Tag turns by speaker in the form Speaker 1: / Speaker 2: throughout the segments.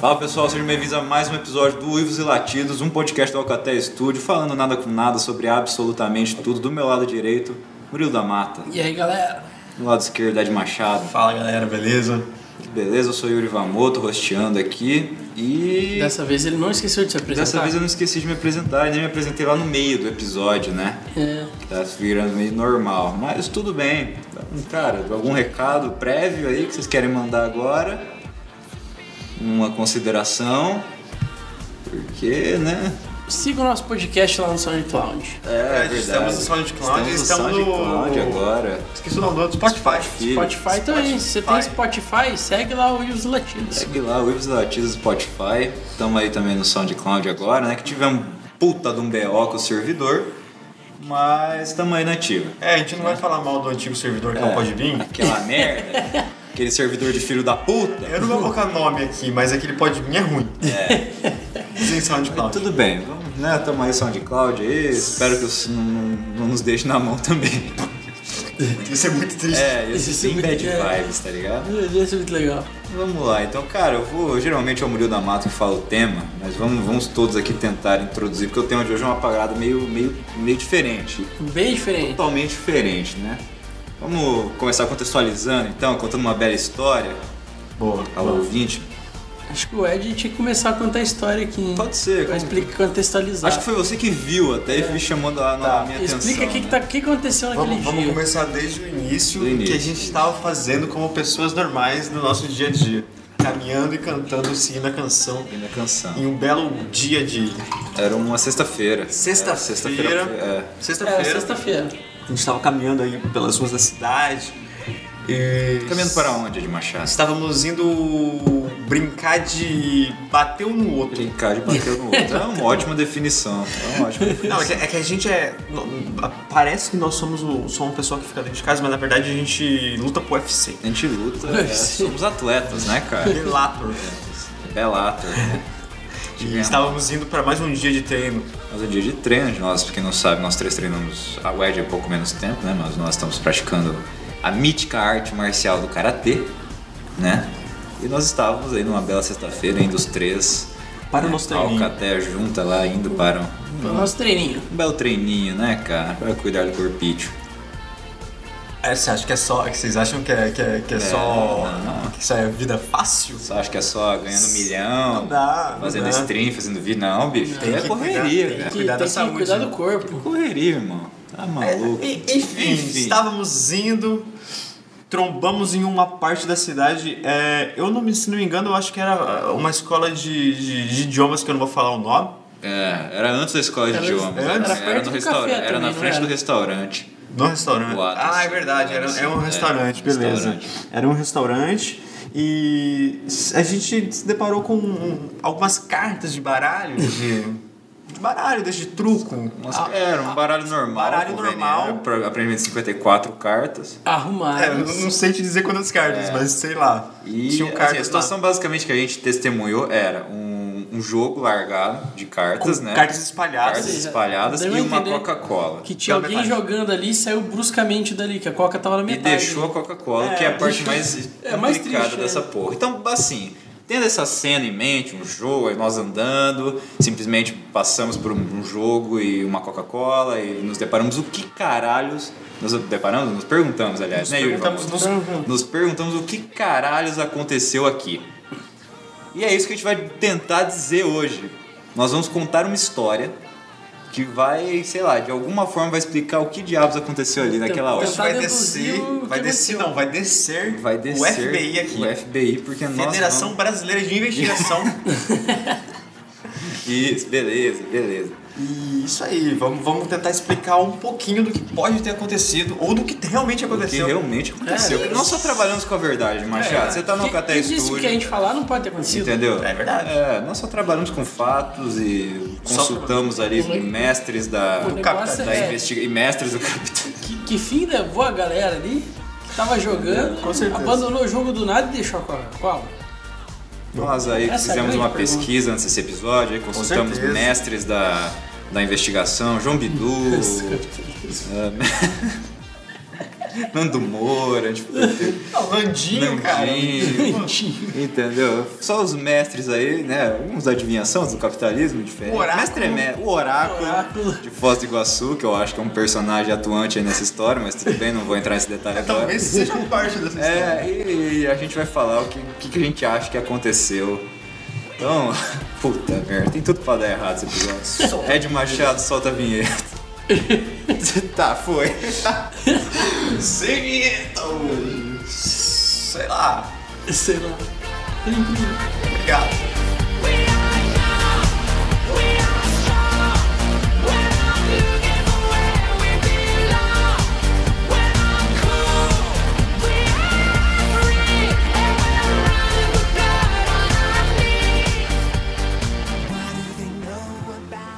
Speaker 1: Fala pessoal, sejam bem-vindos a mais um episódio do Uivos e Latidos, um podcast do Alcatel Estúdio, falando nada com nada sobre absolutamente tudo. Do meu lado direito, Murilo da Mata.
Speaker 2: E aí galera?
Speaker 1: Do lado esquerdo, Ed Machado.
Speaker 3: Fala galera, beleza?
Speaker 1: Beleza, eu sou Yuri Vamoto, rosteando aqui. E.
Speaker 2: Dessa vez ele não esqueceu de se apresentar.
Speaker 1: Dessa vez eu não esqueci de me apresentar, nem me apresentei lá no meio do episódio, né?
Speaker 2: É.
Speaker 1: Tá virando meio normal. Mas tudo bem. Cara, algum recado prévio aí que vocês querem mandar agora? Uma consideração? Porque, né?
Speaker 2: Siga o nosso podcast lá no SoundCloud.
Speaker 1: É, é verdade.
Speaker 3: estamos no SoundCloud,
Speaker 1: estamos
Speaker 3: estamos
Speaker 1: no
Speaker 3: no-
Speaker 1: SoundCloud agora.
Speaker 3: Esqueci o nome do outro, Spotify.
Speaker 1: Filho,
Speaker 2: Spotify também. Se você tem Spotify, segue lá o Os Latidos.
Speaker 1: Segue lá, Waves Latidos Spotify. Estamos aí também no SoundCloud agora, né? Que tivemos puta de um BO com o servidor, mas estamos aí na ativa.
Speaker 3: É, a gente não vai falar mal do antigo servidor que não pode vir.
Speaker 1: Aquela merda, aquele servidor de filho da puta.
Speaker 3: Eu não vou colocar nome aqui, mas aquele pode vir é ruim. É. Sem SoundCloud.
Speaker 1: Tudo bem, vamos, né? Tamo aí SoundCloud aí. é Espero que os- não, não- não nos deixe na mão também.
Speaker 3: Isso é muito triste.
Speaker 1: É, isso
Speaker 2: Isso
Speaker 1: sim
Speaker 2: é
Speaker 1: bad
Speaker 2: muito- é.
Speaker 1: vibes, tá ligado?
Speaker 2: Isso é muito legal.
Speaker 1: Vamos lá, então, cara, eu vou. Geralmente é o Murilo da Mata que fala o tema, mas vamos, vamos todos aqui tentar introduzir, porque o tema de hoje é uma parada meio, meio, meio diferente.
Speaker 2: Bem diferente.
Speaker 1: totalmente diferente, né? Vamos começar contextualizando então, contando uma bela história
Speaker 3: Boa.
Speaker 1: ao ouvinte.
Speaker 2: Acho que o Ed tinha que começar a contar a história aqui. né?
Speaker 1: Pode ser,
Speaker 2: Pra
Speaker 1: como-
Speaker 2: explicar, contextualizar.
Speaker 1: Acho que foi você que viu até e me chamando a, na minha
Speaker 2: Explica
Speaker 1: atenção.
Speaker 2: o que, que,
Speaker 1: né?
Speaker 2: tá- que aconteceu naquele
Speaker 3: Vamos, vamos
Speaker 2: dia.
Speaker 3: começar desde o início
Speaker 1: Do
Speaker 3: do que
Speaker 1: início.
Speaker 3: a gente estava fazendo como pessoas normais no nosso dia a dia. Caminhando e cantando, seguindo a canção.
Speaker 1: E na canção.
Speaker 3: Em um belo dia de
Speaker 1: Era uma sexta-feira.
Speaker 3: sexta-feira.
Speaker 1: Era Sexta-feira. é.
Speaker 3: Sexta-feira.
Speaker 2: É, sexta-feira.
Speaker 3: A gente estava caminhando aí pelas ruas da cidade. E...
Speaker 1: Caminhando para onde, de Machado?
Speaker 3: Estávamos indo brincar de bater um no outro.
Speaker 1: Brincar de bater no outro. É uma ótima definição. É uma ótima definição.
Speaker 3: Não, é que, é que a gente é. no- Parece que nós somos o, só uma pessoa que fica dentro de casa, mas na verdade a gente luta pro UFC.
Speaker 1: A gente luta, é, somos atletas, né, cara?
Speaker 3: Relator.
Speaker 1: Belator, né?
Speaker 3: E estávamos indo para mais um dia de treino.
Speaker 1: Mas é um dia de treino de nós, pra quem não sabe, nós três treinamos a WED há pouco menos tempo, né? Mas nós estamos praticando a mítica arte marcial do Karatê, né? E nós estávamos aí numa bela sexta-feira, indo os três.
Speaker 3: Para o
Speaker 1: né?
Speaker 3: nosso
Speaker 1: A
Speaker 3: treininho.
Speaker 1: Alcatel junta lá, indo para um,
Speaker 2: Foi o nosso treininho.
Speaker 1: um belo treininho, né, cara? Pra cuidar do corpício.
Speaker 3: É, você acha que é só. que Vocês acham que é, que é, que é só.
Speaker 1: não, não.
Speaker 3: Que isso é vida fácil?
Speaker 1: Só acho que é só ganhando milhão,
Speaker 3: Não dá, não
Speaker 1: fazendo
Speaker 3: dá.
Speaker 1: stream, fazendo vídeo. Não, bicho,
Speaker 3: Tem
Speaker 1: é
Speaker 3: que
Speaker 1: correria,
Speaker 3: cuidar, tem
Speaker 1: cara.
Speaker 2: Que,
Speaker 3: cuidar
Speaker 2: tem
Speaker 3: da
Speaker 2: que
Speaker 3: saúde,
Speaker 2: cuidar
Speaker 3: né?
Speaker 2: do corpo.
Speaker 1: Correria, irmão. Tá maluco.
Speaker 3: É, E- Enfim, estávamos indo, trombamos em uma parte da cidade. é, eu não me, se não me engano, eu acho que era ah, uma escola de, de- de idiomas que eu não vou falar o nome.
Speaker 1: É, era antes da escola de
Speaker 2: Era-
Speaker 1: idiomas.
Speaker 3: era
Speaker 1: Era,
Speaker 3: perto
Speaker 1: era no
Speaker 2: do café
Speaker 1: restaurante. Era na
Speaker 2: também, não
Speaker 1: frente
Speaker 2: era?
Speaker 1: do restaurante.
Speaker 3: No restaurante.
Speaker 1: O Atas.
Speaker 3: Ah, é verdade, era, é um
Speaker 1: É,
Speaker 3: restaurante, beleza.
Speaker 1: restaurante.
Speaker 3: Era um restaurante e a gente se deparou com um- algumas cartas de baralho, de, de baralho, desse truco.
Speaker 1: Nossa, era um baralho normal.
Speaker 3: Ah, baralho
Speaker 1: conveniente,
Speaker 3: normal.
Speaker 1: era pra- Aparentemente 54 cartas.
Speaker 3: É, eu não
Speaker 2: Arrumados.
Speaker 3: sei te dizer quantas cartas, mas sei lá.
Speaker 1: É. E
Speaker 3: tinham
Speaker 1: assim,
Speaker 3: cartas
Speaker 1: a
Speaker 3: um lá.
Speaker 1: situação basicamente que a gente testemunhou era um, um jogo largado de cartas, né?
Speaker 3: Cartas espalhadas.
Speaker 1: Cartas espalhadas
Speaker 2: Deu
Speaker 1: e
Speaker 2: a
Speaker 1: uma
Speaker 2: entender
Speaker 1: Coca-Cola.
Speaker 2: Que tinha
Speaker 3: Não,
Speaker 2: alguém
Speaker 3: metade.
Speaker 2: jogando ali e saiu bruscamente dali, que a Coca tava na
Speaker 1: E
Speaker 2: metade. né?
Speaker 1: deixou a Coca-Cola, que é a parte mais
Speaker 2: é mais
Speaker 1: complicada
Speaker 2: triste,
Speaker 1: dessa
Speaker 2: é.
Speaker 1: porra. Então, assim, tendo essa cena em mente, um jogo, aí nós andando, simplesmente passamos por um um jogo e uma Coca-Cola e nos deparamos o que caralhos. Nos deparamos? Nos perguntamos, aliás,
Speaker 3: Nos
Speaker 1: né, Yuri?
Speaker 3: perguntamos,
Speaker 1: Vamos-
Speaker 2: nos-
Speaker 1: nos perguntamos o que caralhos aconteceu aqui. E é isso que a gente vai tentar dizer hoje. Nós vamos contar uma história que vai, sei lá, de alguma forma vai explicar o que diabos aconteceu ali
Speaker 2: Então,
Speaker 1: naquela hora.
Speaker 2: tentar
Speaker 3: vai
Speaker 2: deduzir
Speaker 3: descer,
Speaker 2: o Tá que
Speaker 3: vai descer
Speaker 2: aconteceu.
Speaker 3: não, vai descer,
Speaker 1: Vai descer
Speaker 3: o FBI aqui,
Speaker 1: O FBI, porque nós.
Speaker 3: Federação
Speaker 1: vamos-
Speaker 3: Brasileira de Investigação.
Speaker 1: Isso, beleza, beleza.
Speaker 3: e isso aí, vamos, vamos tentar explicar um pouquinho do que pode ter acontecido ou do que realmente
Speaker 1: O que
Speaker 3: aconteceu.
Speaker 1: realmente aconteceu.
Speaker 2: É.
Speaker 1: nós só trabalhamos com a
Speaker 3: É
Speaker 1: verdade, Machado. Você tá no
Speaker 2: Que-
Speaker 1: Caté
Speaker 2: quem disse que
Speaker 1: Estúdio.
Speaker 2: a gente falar não pode ter acontecido.
Speaker 1: Entendeu?
Speaker 3: É verdade.
Speaker 1: É, nós só trabalhamos com fatos e
Speaker 3: Só
Speaker 1: consultamos ali
Speaker 2: O ne-
Speaker 1: mestres da,
Speaker 2: O negócio
Speaker 3: tá
Speaker 1: da
Speaker 2: é-
Speaker 1: investigação. E mestres do capitão.
Speaker 2: Que, que fim levou a galera ali que tava jogando,
Speaker 3: Com certeza.
Speaker 2: abandonou o jogo do nada e deixou a Coca-Cola.
Speaker 1: Nós aí
Speaker 2: Essa é a
Speaker 1: fizemos
Speaker 2: grande
Speaker 1: uma
Speaker 2: pergunta.
Speaker 1: pesquisa antes desse episódio, aí consultamos
Speaker 3: certeza.
Speaker 1: mestres da, da investigação, João Bidu. Nando Moura, tipo,
Speaker 3: Não, Landinho, cara.
Speaker 1: Nandinho, entendeu? Só os mestres aí, né? Uns da adivinhação do capitalismo diferente.
Speaker 3: O oráculo.
Speaker 1: Mestre é me- o oráculo,
Speaker 2: Oráculo.
Speaker 1: de Foz do Iguaçu, que eu acho que é um personagem atuante aí nessa história, mas tudo bem, não vou entrar nesse detalhe agora.
Speaker 3: Talvez seja parte dessa história.
Speaker 1: É, e, e a gente vai falar o que, o que que a gente acha que aconteceu. Então, puta merda, tem tudo pra dar errado esse episódio. Ed Machado solta a vinheta. tá, foi.
Speaker 3: Sem vinheta hoje. Sei lá.
Speaker 2: Sei lá.
Speaker 3: Obrigado.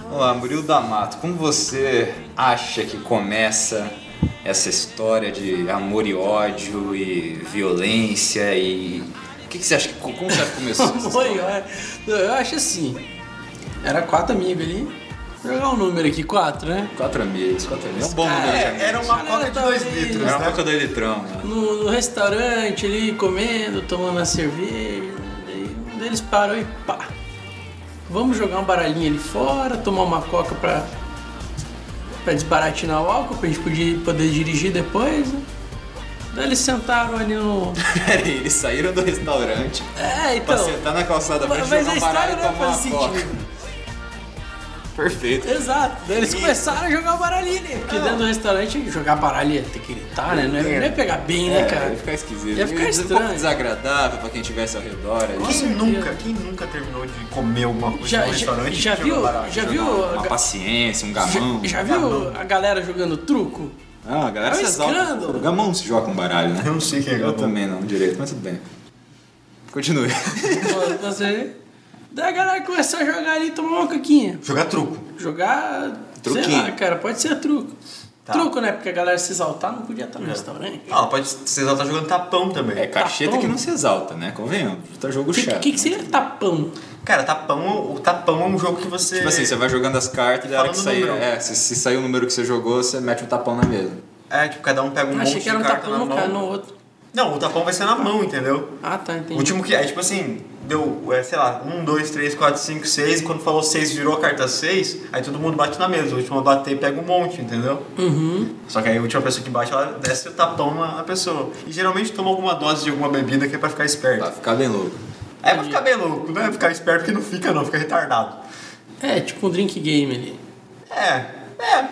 Speaker 1: Vamos lá, Murilo D'Amato, como você acha que começa essa história de amor e ódio e violência e... O que, que você acha? que- Como você acha que começou essa
Speaker 2: Foi,
Speaker 1: história?
Speaker 2: olha. Não, eu acho assim. Era quatro amigos ali. Vou jogar um número aqui, quatro, né?
Speaker 1: Quatro amigos, quatro amigos. É um bom
Speaker 2: Cara,
Speaker 1: número de
Speaker 2: é,
Speaker 1: amigos.
Speaker 3: Era uma coca de dois litros,
Speaker 1: Era
Speaker 3: né?
Speaker 1: uma boca do Elitrão, né?
Speaker 2: No, no restaurante ali, comendo, tomando a cerveja. Daí um deles parou e pá. Vamos jogar um baralhinho ali fora, tomar uma coca pra, pra desbaratinar o álcool, pra gente poder, poder dirigir depois. né? Daí eles sentaram ali no.
Speaker 1: Peraí, eles saíram do restaurante
Speaker 2: É,
Speaker 1: pra
Speaker 2: então.
Speaker 1: sentar na calçada pra
Speaker 2: Mas a
Speaker 1: jogar um baralho
Speaker 2: história
Speaker 1: e
Speaker 2: não
Speaker 1: tomar
Speaker 2: faz
Speaker 1: uma coca.
Speaker 2: sentido. É,
Speaker 1: Perfeito.
Speaker 2: Exato. Daí eles começaram a jogar o baralho ali. Porque dentro do restaurante, jogar baralho ia ter que gritar, né? Não ia, não ia pegar bem, né,
Speaker 1: É,
Speaker 2: cara?
Speaker 1: ia ficar esquisito.
Speaker 2: Ia ficar
Speaker 1: Um pouco
Speaker 2: estranho.
Speaker 1: desagradável pra quem estivesse ao redor. ali.
Speaker 2: Com
Speaker 3: Quem
Speaker 2: certeza.
Speaker 3: nunca, quem nunca terminou de comer alguma coisa
Speaker 2: Já-
Speaker 3: no
Speaker 2: já-
Speaker 3: restaurante?
Speaker 2: já
Speaker 3: e chegou
Speaker 2: viu-
Speaker 3: barato?
Speaker 2: já
Speaker 1: Jogar
Speaker 2: viu
Speaker 1: Uma
Speaker 2: a-
Speaker 1: paciência, um
Speaker 2: Já,
Speaker 1: gamão.
Speaker 2: já viu a galera jogando truco?
Speaker 1: Ah, a galera
Speaker 2: É um
Speaker 1: se exalta.
Speaker 2: escândalo.
Speaker 1: O gamão se joga com baralho, né?
Speaker 3: Eu não sei o que é
Speaker 1: Eu
Speaker 3: gamão.
Speaker 1: também não, direito, mas tudo bem. Continue.
Speaker 2: Você... tá Daí a galera começou a jogar ali e tomar uma coquinha.
Speaker 3: Jogar truco.
Speaker 2: Jogar.
Speaker 1: Truquinho.
Speaker 2: Sei lá, cara, pode ser truco.
Speaker 3: Tá.
Speaker 2: Truco, né? Porque a galera se exaltar não podia estar no restaurante.
Speaker 3: Ah, pode ser ela tá jogando tapão também.
Speaker 1: É cacheta
Speaker 2: Tapão.
Speaker 1: que não se exalta, né? Convenhamos. Tá jogo
Speaker 2: O que,
Speaker 1: chato.
Speaker 2: que, que seria tapão?
Speaker 3: Cara, tapão, o tapão é um jogo que você.
Speaker 1: Tipo assim, você vai jogando as cartas e a hora que
Speaker 3: Falando
Speaker 1: sair.
Speaker 3: número.
Speaker 1: É, se, se sair o número que você jogou, você mete um tapão na mesa.
Speaker 3: É, tipo, cada um pega um
Speaker 2: Achei
Speaker 3: monte
Speaker 2: que era um
Speaker 3: de carta
Speaker 2: tapão no,
Speaker 3: na
Speaker 2: cara, no
Speaker 3: mão.
Speaker 2: outro.
Speaker 3: Não, o tapão vai ser na mão, entendeu?
Speaker 2: Ah, tá, entendi.
Speaker 3: O último que. Aí, tipo assim, deu, é, sei lá, um, dois, três, quatro, cinco, seis. E quando falou seis, virou a carta seis. Aí todo mundo bate na mesa. O último a bater pega um monte, entendeu?
Speaker 2: Uhum.
Speaker 3: Só que aí a última pessoa que bate, ela desce o tapão na, na pessoa. E geralmente toma alguma dose de alguma bebida que é pra ficar esperto.
Speaker 1: Pra ficar bem louco.
Speaker 3: É pra ficar bem louco, não é ficar esperto que não fica, não, fica retardado.
Speaker 2: É, tipo um drink game ali.
Speaker 3: É, é,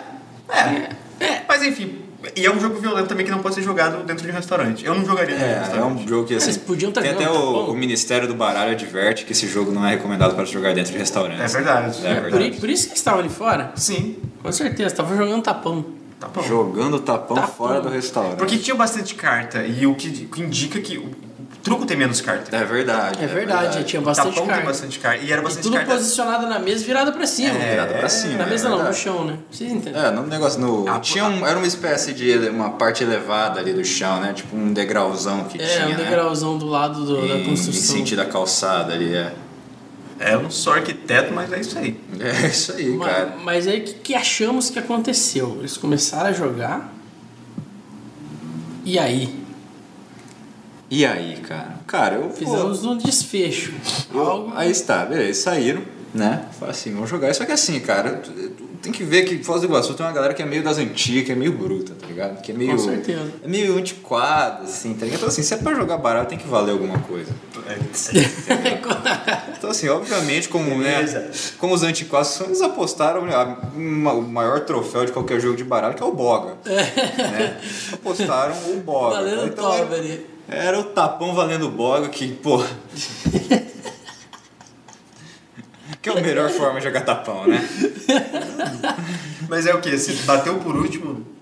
Speaker 3: é. Mas enfim, e é um jogo violento também que não pode ser jogado dentro de um restaurante. Eu não jogaria dentro de um
Speaker 1: É, é
Speaker 3: restaurante.
Speaker 1: um jogo que assim.
Speaker 2: Eles podiam tá
Speaker 1: tem até
Speaker 2: jogando, tá
Speaker 1: o,
Speaker 2: bom.
Speaker 1: o Ministério do Baralho adverte que esse jogo não é recomendado para se jogar dentro de restaurantes.
Speaker 3: É verdade.
Speaker 1: É
Speaker 2: Por,
Speaker 1: verdade.
Speaker 2: i- por isso que eles estavam ali fora?
Speaker 3: Sim,
Speaker 2: Com certeza, estavam jogando tapão.
Speaker 3: tá bom.
Speaker 1: Jogando tapão,
Speaker 2: Tapão.
Speaker 1: fora do restaurante.
Speaker 3: Porque tinha bastante carta e o que, o que indica que o, o truco tem menos carta.
Speaker 1: É verdade.
Speaker 2: É verdade, tinha
Speaker 3: o
Speaker 2: bastante
Speaker 3: tapão tem
Speaker 2: carne.
Speaker 3: bastante carta. E era
Speaker 2: E
Speaker 3: bastante
Speaker 2: tudo
Speaker 3: carta.
Speaker 2: posicionado na mesa, virada pra cima.
Speaker 3: É,
Speaker 1: Virado pra cima.
Speaker 2: na
Speaker 1: é
Speaker 2: mesa não, no
Speaker 1: verdade.
Speaker 2: chão, né? Vocês entendem.
Speaker 1: É, no negócio no.
Speaker 3: Ah,
Speaker 1: tinha um, era uma espécie de ele- uma parte elevada ali do chão, né? Tipo um degrauzão que
Speaker 2: É,
Speaker 1: tinha.
Speaker 3: né?
Speaker 2: um degrauzão do lado do-
Speaker 1: né?
Speaker 2: da
Speaker 1: em, em
Speaker 2: construção.
Speaker 1: sentido da calçada ali, é.
Speaker 3: É, eu não sou arquiteto, mas é isso aí.
Speaker 1: É isso aí,
Speaker 2: Ma-
Speaker 1: cara.
Speaker 2: Mas, aí o que, que achamos que aconteceu? Eles começaram a jogar. E aí?
Speaker 1: E aí, cara? Cara, eu.
Speaker 2: Fizemos um desfecho.
Speaker 1: Eu-
Speaker 2: Algo.
Speaker 1: Aí está, beleza, saíram, né? Fala assim, vamos jogar. Só que assim, cara, tu- tu tem que ver que Foz do Iguaçu tem uma galera que é meio das antigas, que é meio bruta, tá ligado? Que é meio.
Speaker 2: certeza.
Speaker 1: É meio antiquada, assim, tá ligado? Então assim, se é pra jogar barato, tem que valer alguma coisa.
Speaker 3: É.
Speaker 1: Então assim, obviamente, como, né,
Speaker 3: Beleza.
Speaker 1: como os antiquados são, eles apostaram né, a- uma- o maior troféu de qualquer jogo de baralho, que é o Boga. né? Apostaram o Boga.
Speaker 2: Valendo
Speaker 1: Então, era-
Speaker 2: top ali.
Speaker 1: era o tapão valendo boga que, pô. que é a melhor forma de jogar tapão, né?
Speaker 3: Mas é o que? Se bateu por último,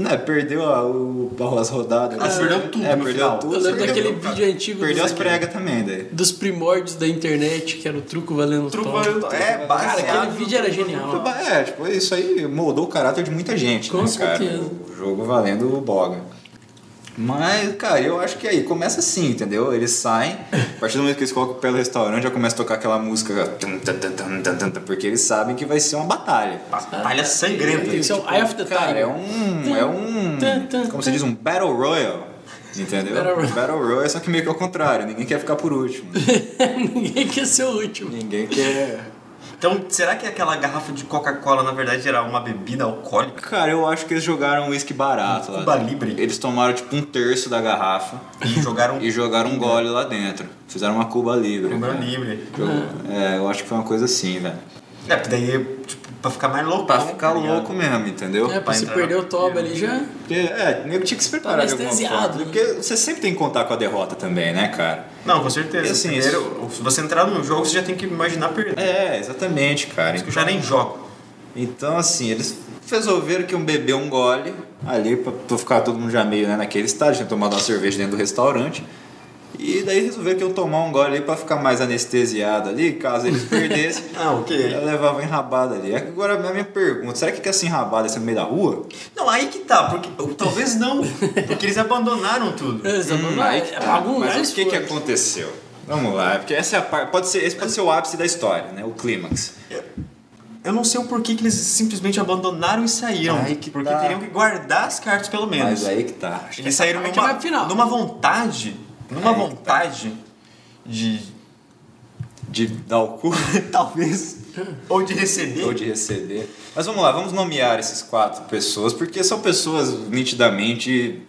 Speaker 1: Não, perdeu a, o, as rodadas.
Speaker 3: Ah,
Speaker 1: né?
Speaker 3: perdeu tudo
Speaker 1: É,
Speaker 3: no
Speaker 1: perdeu
Speaker 3: final.
Speaker 1: tudo.
Speaker 2: Eu lembro
Speaker 1: perdeu-
Speaker 2: daquele
Speaker 3: cara.
Speaker 2: vídeo antigo
Speaker 1: Perdeu as
Speaker 2: dos,
Speaker 1: pregas também, daí.
Speaker 2: dos primórdios da internet, que era o truco valendo
Speaker 3: truco
Speaker 2: top.
Speaker 3: valeu. É,
Speaker 2: Cara,
Speaker 3: baseado.
Speaker 2: aquele
Speaker 3: no
Speaker 2: vídeo era
Speaker 3: truco
Speaker 2: genial.
Speaker 1: É, tipo, isso aí moldou o caráter de muita gente,
Speaker 2: Com
Speaker 1: né, cara?
Speaker 2: certeza.
Speaker 1: O jogo valendo o boga. Mas, cara, eu acho que aí começa assim, entendeu? Eles saem, a partir do momento que eles colocam o pé no restaurante, já começa a tocar aquela música, tum, tum, tum, tum, tum, tum, tum, porque eles sabem que vai ser uma batalha.
Speaker 3: Batalha sangrenta.
Speaker 2: Isso é um Eye of the
Speaker 1: Cara,
Speaker 2: Tiger.
Speaker 1: é um. É um.
Speaker 2: Tum, tum,
Speaker 1: Como se diz, um Battle Royale. Entendeu?
Speaker 2: Battle Royale.
Speaker 1: Battle Royale, só que meio que ao contrário, ninguém quer ficar por último.
Speaker 2: Ninguém quer ser o último.
Speaker 1: Ninguém quer.
Speaker 3: Então, será que aquela garrafa de Coca-Cola, na verdade, era uma bebida alcoólica?
Speaker 1: Cara, eu acho que eles jogaram um uísque barato lá.
Speaker 3: Cuba
Speaker 1: dentro.
Speaker 3: Libre.
Speaker 1: Eles tomaram tipo um terço da garrafa
Speaker 3: E jogaram
Speaker 1: e jogaram um gole lá dentro. Fizeram uma Cuba Libre.
Speaker 3: Cuba
Speaker 1: cara.
Speaker 3: livre.
Speaker 1: Jogou- É, eu acho que foi uma coisa assim, velho.
Speaker 3: É, porque daí, tipo, pra ficar mais louco. Tá
Speaker 1: Pra ficar louco mesmo, entendeu?
Speaker 2: É, pra
Speaker 3: Pra
Speaker 2: se
Speaker 3: entrar
Speaker 2: perder
Speaker 3: na
Speaker 2: o toba ali
Speaker 3: primeira.
Speaker 2: já.
Speaker 1: Porque, é, nego tinha que se preparar de alguma
Speaker 2: Anestesiado,
Speaker 1: forma.
Speaker 2: né?
Speaker 1: Porque você sempre tem que contar com a derrota também, né, cara?
Speaker 3: Não, com
Speaker 1: E
Speaker 3: certeza.
Speaker 1: assim,
Speaker 3: Primeiro, se você entrar num jogo, você já tem que imaginar perder.
Speaker 1: É, exatamente, cara.
Speaker 3: Eu já nem jogo.
Speaker 1: Então, assim, eles resolveram que iam beber um gole ali pra pra ficar todo mundo já meio né, naquele estágio, tinha tomado uma cerveja dentro do restaurante. E daí resolveram que iam tomar um gole ali pra ficar mais anestesiado ali, caso eles perdessem.
Speaker 3: Ah, ok.
Speaker 1: Eu levava enrabada ali. Agora a minha pergunta, será que essa enrabada é no meio da rua?
Speaker 3: Não, aí que tá, porque ou talvez não, porque eles abandonaram tudo.
Speaker 2: Eles abandonaram.
Speaker 1: Aí que tá.
Speaker 2: É, Algum lugar
Speaker 1: Mas o
Speaker 2: eles
Speaker 1: que, que
Speaker 2: foram.
Speaker 1: aconteceu? Vamos lá, porque essa é a parte. Pode ser, esse pode ser o ápice da história, né? O clímax.
Speaker 3: Eu não sei o porquê que eles simplesmente abandonaram e saíram,
Speaker 1: Aí que
Speaker 3: porque
Speaker 1: tá.
Speaker 3: teriam que guardar as cartas pelo menos.
Speaker 1: Mas aí que tá.
Speaker 3: eles saíram
Speaker 2: Aí que
Speaker 3: numa,
Speaker 2: vai pro final.
Speaker 3: numa vontade, numa
Speaker 1: Aí que tá.
Speaker 3: vontade de
Speaker 1: é De dar o cu,
Speaker 3: talvez ou de receber.
Speaker 1: ou de receber. Mas vamos lá, vamos nomear esses quatro pessoas, porque são pessoas nitidamente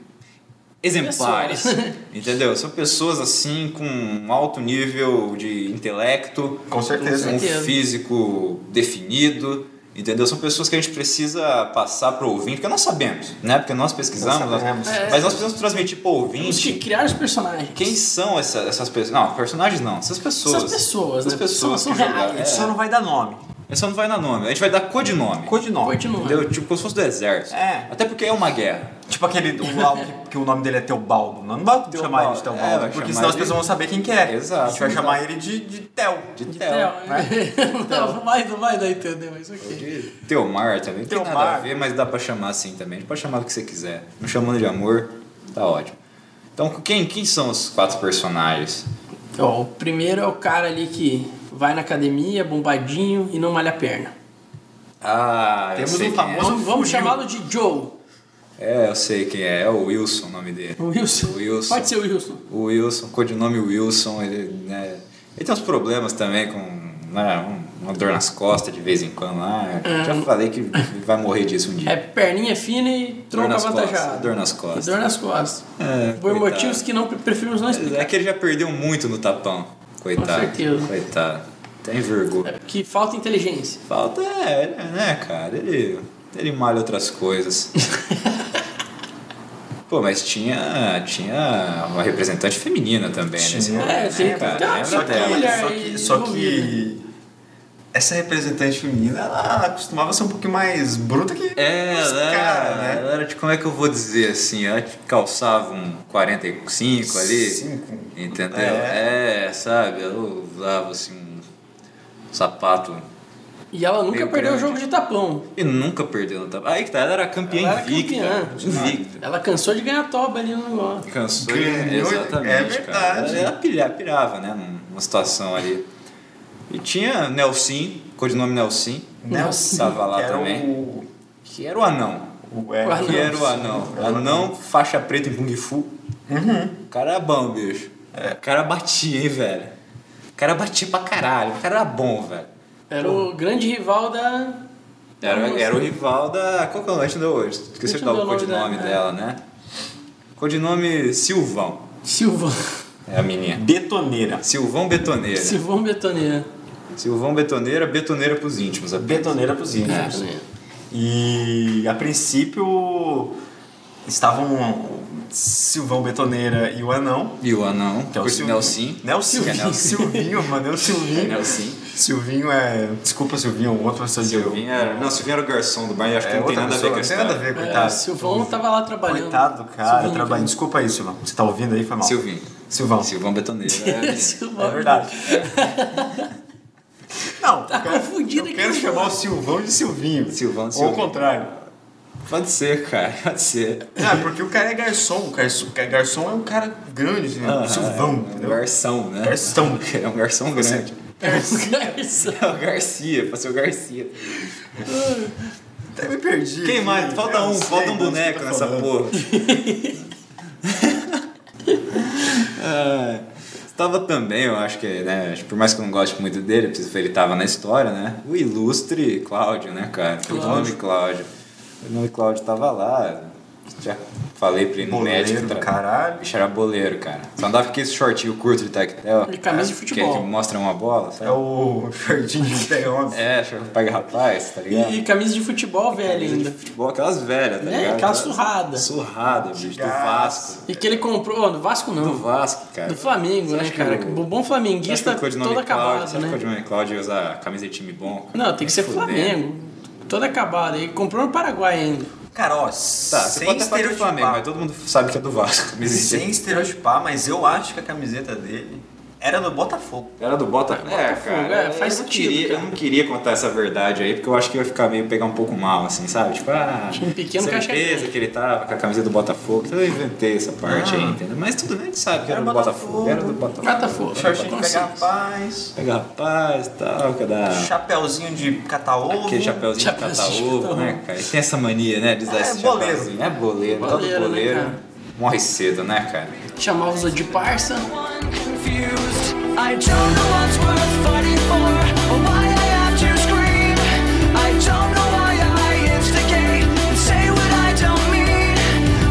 Speaker 1: exemplares.
Speaker 2: Pessoas.
Speaker 1: entendeu? São pessoas assim com um alto nível de intelecto.
Speaker 3: Com certeza.
Speaker 1: um
Speaker 2: Entendo.
Speaker 1: físico definido, entendeu? São pessoas que a gente precisa passar pro ouvinte, porque nós sabemos, né? Porque nós pesquisamos,
Speaker 3: Nós
Speaker 1: nós-
Speaker 3: sabemos.
Speaker 2: É.
Speaker 1: mas nós precisamos transmitir pro
Speaker 2: Eles tinham
Speaker 1: ouvinte
Speaker 2: que criar os personagens.
Speaker 1: quem são essa- essas pessoas. Não, personagens não, essas pessoas.
Speaker 2: Essas pessoas,
Speaker 1: Essas
Speaker 2: né?
Speaker 1: pessoas
Speaker 2: São-
Speaker 1: que
Speaker 2: são
Speaker 1: jogaram.
Speaker 3: A gente só
Speaker 1: É,
Speaker 3: não vai dar nome,
Speaker 1: a gente só não vai dar nome, a gente vai dar codinome.
Speaker 3: codinome.
Speaker 2: Continua.
Speaker 1: Entendeu? Tipo, como se fosse do exércento.
Speaker 3: É.
Speaker 1: Até porque é uma guerra.
Speaker 3: Tipo aquele o lá que, que o nome dele é Teobaldo. Não, não vai chamar ele de
Speaker 1: Teobaldo.
Speaker 3: Teobaldo,
Speaker 1: É, vai
Speaker 3: porque
Speaker 1: chamar
Speaker 3: senão as
Speaker 1: ele-
Speaker 3: pessoas vão saber quem que é.
Speaker 1: Exato.
Speaker 3: A gente vai chamar ele de, de Tel.
Speaker 1: De Theo.
Speaker 2: É,
Speaker 1: né? Então.
Speaker 2: Não, vai, não vai dar entender, mas ok.
Speaker 1: De Teomar também. Não tem nada a
Speaker 3: Teomar.
Speaker 1: ver, mas dá pra chamar assim também. A gente pode chamar do que você quiser. Não chamando de amor, tá ótimo. Então, quem, quem são os quatro personagens?
Speaker 2: Ó, o primeiro é o cara ali que vai na academia, bombadinho e não malha a perna.
Speaker 1: Ah,
Speaker 3: Temos
Speaker 1: eu sei
Speaker 3: um
Speaker 1: quem é.
Speaker 3: famoso-
Speaker 2: Vamos, vamos
Speaker 3: fugiu.
Speaker 2: chamá-lo de Joe.
Speaker 1: É, eu sei quem é. É o Wilson o nome dele.
Speaker 2: O Wilson.
Speaker 1: O Wilson.
Speaker 2: Pode ser o Wilson.
Speaker 1: O Wilson, codinome Wilson, ele, né, ele tem uns problemas também com né, um- uma dor nas costas de vez em quando lá. Eu Já falei que vai morrer disso um dia.
Speaker 2: É perninha fina e
Speaker 1: dor
Speaker 2: tronco
Speaker 1: nas costas.
Speaker 2: avantajado.
Speaker 1: Dor nas
Speaker 2: E
Speaker 1: costas.
Speaker 2: dor nas costas.
Speaker 1: É,
Speaker 2: Por
Speaker 1: coitado.
Speaker 2: motivos que não preferimos não explicar.
Speaker 1: É que ele já perdeu muito no tapão. Coitado.
Speaker 2: Com certeza.
Speaker 1: Coitado. Tem vergonha.
Speaker 2: É que falta inteligência.
Speaker 1: Falta é, ele- né, cara? Ele, ele malha outras coisas. Pô, mas tinha, tinha uma representante feminina também,
Speaker 3: Tinha.
Speaker 1: né?
Speaker 2: É, tem,
Speaker 1: cara,
Speaker 2: tem uma-
Speaker 1: lembra
Speaker 3: Só que,
Speaker 1: dela.
Speaker 2: mulher
Speaker 3: só
Speaker 2: aí
Speaker 3: que, só que
Speaker 2: envolvida.
Speaker 3: essa representante feminina, ela costumava ser um pouquinho mais bruta que
Speaker 1: É,
Speaker 3: os
Speaker 1: ela,
Speaker 3: caras,
Speaker 1: era-
Speaker 3: né?
Speaker 1: ela era de, como é que eu vou dizer assim? Ela calçava um 45 ali.
Speaker 3: Cinco.
Speaker 1: Entendeu? É.
Speaker 3: É.
Speaker 1: sabe? Ela usava assim um sapato.
Speaker 2: E ela nunca
Speaker 1: Meio
Speaker 2: perdeu o
Speaker 1: grande.
Speaker 2: jogo de tapão.
Speaker 1: E nunca perdeu no tapão. Aí que tá, ela era campeã
Speaker 2: Ela era
Speaker 1: invicta. né?
Speaker 2: campeã.
Speaker 1: Invicta.
Speaker 2: Ela cansou de ganhar toba ali no negócio.
Speaker 1: Cansou
Speaker 3: Ganhou,
Speaker 1: exatamente,
Speaker 3: é
Speaker 1: cara.
Speaker 3: verdade.
Speaker 1: Ela pirava, pirava, né, num- numa situação ali. E tinha Nelson, codinome Nelson,
Speaker 3: Nelson,
Speaker 1: tava lá
Speaker 3: que era
Speaker 1: também.
Speaker 3: o...
Speaker 1: Que era o anão.
Speaker 3: o é,
Speaker 2: O anão.
Speaker 1: Que era o anão. Anão, faixa preta em Kung Fu.
Speaker 3: Uhum.
Speaker 1: O cara era bom, bicho.
Speaker 3: É.
Speaker 1: O cara batia, hein, velho. O cara batia pra caralho. O cara era bom, velho.
Speaker 2: Era o grande rival da.
Speaker 1: Era,
Speaker 2: da-
Speaker 1: era o rival da. Qual que é o lanche deu hoje? Esqueci de
Speaker 2: Deixa
Speaker 1: dar
Speaker 2: eu ver
Speaker 1: o
Speaker 2: o nome
Speaker 1: codinome dela,
Speaker 2: dela,
Speaker 1: né? Codinome Silvão.
Speaker 2: Silvão.
Speaker 1: É a menina.
Speaker 3: Betoneira.
Speaker 1: Silvão Betoneira.
Speaker 2: Silvão Betoneira.
Speaker 1: Silvão Betoneira, Betoneira pros íntimos. apenas.
Speaker 3: Betoneira pros
Speaker 2: É,
Speaker 1: É.
Speaker 3: índios. E a princípio estavam Silvão Betoneira e o Anão.
Speaker 1: E o anão, que é o Nelson.
Speaker 3: Nelson.
Speaker 1: Que é Nelson.
Speaker 3: Silvinho, mano. É o Silvinho.
Speaker 1: Nelson.
Speaker 3: Silvinho é. Desculpa, Silvinho, outra pessoa de eu.
Speaker 1: Silvinho era, não, Silvinho era o garçom do bar e acho que
Speaker 3: É,
Speaker 1: não tem
Speaker 3: outra
Speaker 1: nada a ver
Speaker 3: pessoa,
Speaker 1: com a
Speaker 3: não tem nada a
Speaker 1: história.
Speaker 3: ver,
Speaker 2: É, o
Speaker 3: coitado.
Speaker 2: Silvão tava lá trabalhando.
Speaker 3: Coitado, cara,
Speaker 2: Silvinho.
Speaker 3: trabalhando. Desculpa aí, Silvão. Você tá ouvindo aí? Foi mal.
Speaker 1: Silvinho.
Speaker 3: Silvão.
Speaker 1: Silvão Betoneira. é a menina.
Speaker 2: Silvão.
Speaker 3: É verdade. Não,
Speaker 2: Tá
Speaker 3: eu quero,
Speaker 2: confundido
Speaker 3: eu
Speaker 2: aqui,
Speaker 3: quero
Speaker 2: mano.
Speaker 3: chamar o Silvão de Silvinho.
Speaker 1: Silvão de
Speaker 3: Ou
Speaker 1: Silvinho.
Speaker 3: o contrário.
Speaker 1: Pode ser, cara, pode ser.
Speaker 3: Ah, porque o cara é garçom. O garçom, o garçom é um cara grande, né?
Speaker 1: Ah,
Speaker 3: Silvão,
Speaker 1: é um
Speaker 3: entendeu?
Speaker 1: garção, né?
Speaker 3: Garçom.
Speaker 1: É um garção grande.
Speaker 2: Garcia.
Speaker 1: É o Garcia, pra ser o Garcia.
Speaker 3: Até me perdi.
Speaker 1: Quem
Speaker 3: aqui. né?
Speaker 1: mais? Falta
Speaker 3: Eu
Speaker 1: um,
Speaker 3: não sei
Speaker 1: falta um
Speaker 3: mais o que
Speaker 1: boneco
Speaker 3: tá
Speaker 1: nessa
Speaker 3: falando.
Speaker 1: porra. Ah, Estava também, eu acho que, né? acho que Por mais que eu não goste muito dele, eu preciso ver ele estava na história, né? O ilustre Cláudio, né, cara? O
Speaker 2: Cláudio.
Speaker 1: nome Cláudio. O nome Cláudio tava lá. Já falei pra ele no
Speaker 3: Boleiro
Speaker 1: médico.
Speaker 3: do
Speaker 1: tra-
Speaker 3: caralho.
Speaker 1: Bicho era boleiro, cara. Só andava com esse shortinho curto de tactel.
Speaker 2: E camisa de futebol.
Speaker 1: Que, que mostra uma bola, sabe?
Speaker 3: É o Jardim de Peão.
Speaker 1: É, acho que pega rapaz, tá ligado?
Speaker 2: E camisa de futebol velha ainda.
Speaker 1: Futebol, aquelas velhas, tá
Speaker 2: É,
Speaker 1: ligado?
Speaker 2: aquela surrada.
Speaker 1: Surrada, bicho, do
Speaker 3: Gigaço.
Speaker 1: Vasco.
Speaker 2: E que ele comprou, ó, do Vasco
Speaker 1: Do
Speaker 2: não,
Speaker 1: Vasco, cara.
Speaker 2: do Flamengo,
Speaker 1: Você
Speaker 2: né,
Speaker 1: acha que
Speaker 2: cara?
Speaker 1: o-
Speaker 2: O
Speaker 1: Você
Speaker 2: bom
Speaker 1: acha que
Speaker 2: flamenguista
Speaker 1: o Codinome
Speaker 2: todo
Speaker 1: Cláudio-
Speaker 2: acabado,
Speaker 1: você acha
Speaker 2: né?
Speaker 1: que o Codinome Cláudio ia usar camisa de time bom? cara?
Speaker 2: Não, tem que ser
Speaker 1: Fudendo.
Speaker 2: Flamengo. Todo acabado. E comprou no Paraguai ainda.
Speaker 3: Cara, ó,
Speaker 1: Tá, você
Speaker 3: sem
Speaker 1: pode até falar do
Speaker 3: estereotipar.
Speaker 1: Flamengo, mas todo mundo sabe que é do Vasco. Mas existe.
Speaker 3: Sem estereotipar, mas eu acho que a camiseta dele era do Botafogo.
Speaker 1: Era do Botafogo. É,
Speaker 2: Botafogo,
Speaker 1: cara.
Speaker 2: é, faz
Speaker 1: eu não
Speaker 2: sentido,
Speaker 1: Queria,
Speaker 2: cara.
Speaker 1: eu não queria contar essa verdade aí, porque eu acho que ia ficar meio pegar um pouco mal, assim, sabe? Tipo, ah.
Speaker 2: Time pequeno, caixa
Speaker 1: certeza
Speaker 2: grande.
Speaker 1: que ele tava com a camisa do Botafogo. Então eu inventei essa parte
Speaker 3: Ah.
Speaker 1: aí, entendeu? Mas tudo bem, a gente sabe que era,
Speaker 3: Era
Speaker 1: do Botafogo.
Speaker 3: Botafogo.
Speaker 1: Era do Botafogo.
Speaker 2: Botafogo.
Speaker 3: Shortinho de
Speaker 2: Consciência.
Speaker 3: pegar paz,
Speaker 1: Pega rapaz e tal, que é dá.
Speaker 3: chapéuzinho de cataúvo.
Speaker 1: Aquele chapéuzinho de
Speaker 2: Chapéuzinho de
Speaker 1: cataúvo, né,
Speaker 2: cataúbo.
Speaker 1: cara? E tem essa mania, né? De usar
Speaker 3: É,
Speaker 1: esse
Speaker 3: boleiro.
Speaker 1: chapéuzinho. É boleiro.
Speaker 2: Boleiro,
Speaker 1: Todo
Speaker 2: né,
Speaker 1: boleiro
Speaker 2: cara?
Speaker 1: morre cedo, né, cara?
Speaker 2: Chamava os de parça.
Speaker 4: confused. I don't know what's worth fighting for or why I have to scream. I don't know why I instigate and say what I don't mean.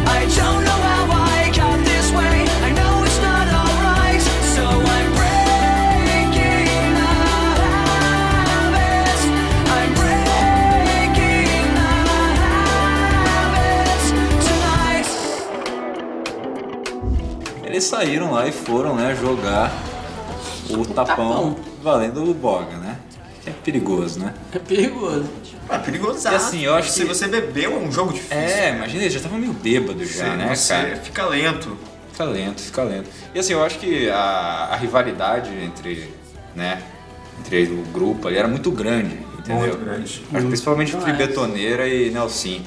Speaker 4: I don't know how I got this way. I know it's not alright, so I'm breaking the habits. I'm breaking the habits tonight.
Speaker 1: Eles saíram lá e foram, né, jogar o tapão
Speaker 2: tapão.
Speaker 1: valendo o boga, né? É perigoso, né?
Speaker 2: É perigoso.
Speaker 3: É perigoso.
Speaker 1: E assim, eu acho
Speaker 3: Se
Speaker 1: que-
Speaker 3: você bebeu, é um jogo difícil.
Speaker 1: É, imagina, eles já estavam meio bêbados
Speaker 3: Você-
Speaker 1: já, né,
Speaker 3: você
Speaker 1: cara?
Speaker 3: fica lento.
Speaker 1: Fica lento, fica lento. E assim, eu acho que a, a rivalidade entre, né, entre o grupo ali era muito grande, entendeu?
Speaker 3: Muito grande.
Speaker 1: Acho que principalmente entre
Speaker 2: Demais.
Speaker 1: Betoneira e Nelson.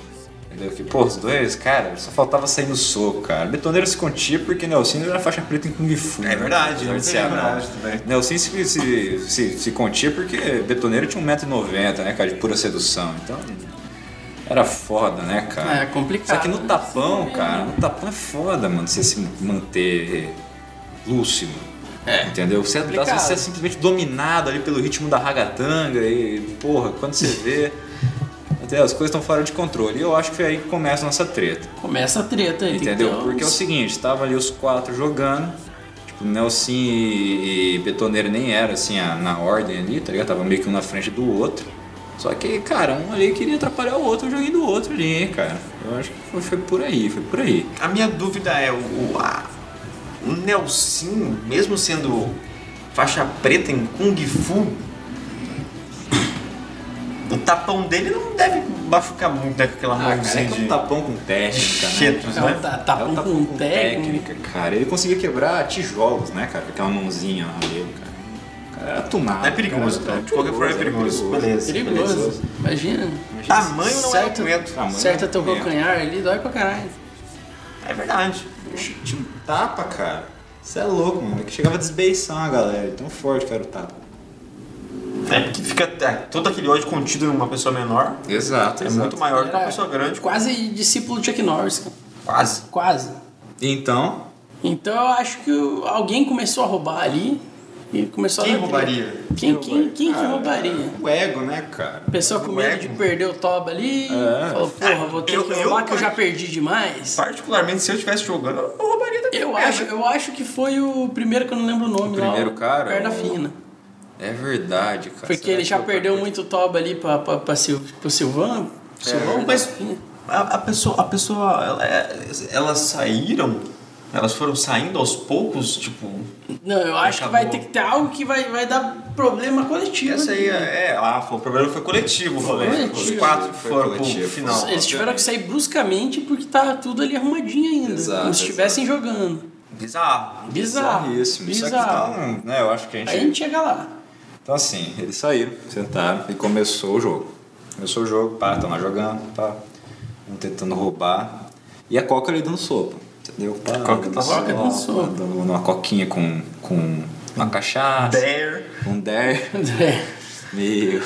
Speaker 1: Entendeu? Que, pô, os dois, cara, só faltava sair no soco, cara. Betoneira se contia porque Nelson era faixa preta em Kung Fu. né?
Speaker 3: É verdade,
Speaker 1: Apesar
Speaker 3: não
Speaker 1: de
Speaker 3: tem
Speaker 1: ser anão.
Speaker 3: verdade também.
Speaker 1: Nelson se, se, se, se contia porque Betoneira tinha 1,90m, né, cara, de pura sedução. Então, era foda, né, cara?
Speaker 2: É, complicado.
Speaker 1: Só que no tapão, cara, no tapão é foda, mano, você se manter lúcido.
Speaker 2: É.
Speaker 1: Entendeu? Você, às
Speaker 2: Complicado.
Speaker 1: vezes, você é simplesmente dominado ali pelo ritmo da ragatanga e, porra, quando você vê. Até as coisas estão fora de controle. E eu acho que é aí que começa a nossa treta.
Speaker 2: Começa a treta aí. tem que
Speaker 1: Entendeu?
Speaker 2: ter uns-
Speaker 1: Porque é o seguinte, tava ali os quatro jogando. Tipo, Nelson e, e Betoneiro nem era assim a- na ordem ali, tá ligado? Tava meio que um na frente do outro. Só que, cara, um ali queria atrapalhar o outro, o joguinho do outro ali, hein, cara. Eu acho que foi, foi por aí, foi por aí.
Speaker 3: A minha dúvida é, o, o, a- o Nelson, mesmo sendo faixa preta em Kung Fu, o tapão dele não deve machucar muito né, com aquela
Speaker 1: Ah, cara,
Speaker 3: mãozinha
Speaker 1: é que é um
Speaker 3: de-
Speaker 1: tapão com técnica, né?
Speaker 3: Chetos,
Speaker 2: É um ta-
Speaker 1: É
Speaker 2: tapão
Speaker 1: um
Speaker 2: com
Speaker 1: tapão com
Speaker 2: técnico.
Speaker 1: técnica, cara. Ele conseguia quebrar tijolos, né, cara? Com Aquela mãozinha lá dele, cara. O cara era tunado.
Speaker 3: É perigoso,
Speaker 1: cara.
Speaker 3: cara. De qualquer forma é perigoso. Beleza.
Speaker 2: Perigoso. Imagina.
Speaker 3: Tamanho não é
Speaker 2: Certo.
Speaker 3: argumento.
Speaker 1: Tamanho
Speaker 2: Certa
Speaker 1: não é
Speaker 2: teu
Speaker 1: argumento.
Speaker 2: calcanhar ali, dói pra caralho.
Speaker 3: É verdade.
Speaker 1: Tinha um tapa, cara. Você é louco, mano. Que chegava a desbeiçar a galera. Tão forte que era o tapa.
Speaker 3: É porque fica é, todo aquele ódio contido numa pessoa menor.
Speaker 1: Exato,
Speaker 3: É muito maior que uma pessoa grande.
Speaker 2: Quase discípulo de Chuck Norris, cara.
Speaker 3: Quase.
Speaker 2: Quase.
Speaker 1: Então,
Speaker 2: Então eu acho que o- alguém começou a roubar ali e começou
Speaker 3: Quem
Speaker 2: a. dar treta.
Speaker 3: roubaria?
Speaker 2: Quem, quem, quem que
Speaker 1: Cara,
Speaker 2: roubaria?
Speaker 1: o ego, né, cara?
Speaker 2: Pessoa com
Speaker 3: o
Speaker 2: medo
Speaker 3: ego.
Speaker 2: de perder o toba ali,
Speaker 1: É.
Speaker 2: falou, porra, vou ter
Speaker 3: Eu-
Speaker 2: que
Speaker 3: eu
Speaker 2: roubar que eu já
Speaker 3: par-
Speaker 2: perdi demais.
Speaker 3: Particularmente, se eu estivesse jogando, eu roubaria também.
Speaker 2: Eu
Speaker 3: É,
Speaker 2: acho,
Speaker 3: né?
Speaker 2: eu acho que foi o primeiro que eu não lembro o nome
Speaker 1: O
Speaker 2: lá.
Speaker 1: primeiro cara,
Speaker 2: Perna
Speaker 1: o-
Speaker 2: fina.
Speaker 1: É verdade, cara. É
Speaker 2: Porque
Speaker 1: Será
Speaker 2: ele
Speaker 1: que
Speaker 2: já
Speaker 1: eu-
Speaker 2: perdeu muito toba ali pra, pra, pra Sil- pro Silvan. Silvão,
Speaker 3: mas-
Speaker 2: Perna Fina.
Speaker 3: A, a pessoa, a pessoa ela- é- elas saíram, elas foram saindo aos poucos, tipo.
Speaker 2: Não, eu acho que vai
Speaker 3: Acabou.
Speaker 2: ter que ter algo que vai, vai dar problema coletivo.
Speaker 3: tá
Speaker 2: né?
Speaker 3: Essa aí é. é, Ah, foi, o problema foi coletivo, rolê.
Speaker 2: coletivo.
Speaker 3: Os quatro que
Speaker 1: Foi
Speaker 3: foram pro
Speaker 1: coletivo.
Speaker 3: final.
Speaker 2: Eles tiveram que sair bruscamente porque tá tudo ali arrumadinho ainda.
Speaker 1: Exato,
Speaker 2: como se estivessem jogando.
Speaker 3: Bizarro.
Speaker 2: Bizarro.
Speaker 1: Bizarríssimo. Isso aqui
Speaker 2: Bizarro.
Speaker 1: tá um- né, eu acho que a gente...
Speaker 2: Aí a gente chega lá.
Speaker 1: Então assim, eles saíram, sentaram e começou o jogo. Começou o jogo, pá, estão lá jogando, pá. um tentando roubar e a Coca ali dando sopa. Entendeu? Pá,
Speaker 3: Coca tá
Speaker 1: sopa,
Speaker 2: dando sopa.
Speaker 1: dando Uma coquinha com, com uma cachaça,
Speaker 3: There.
Speaker 1: um der.
Speaker 2: André.
Speaker 3: É.
Speaker 1: Meio.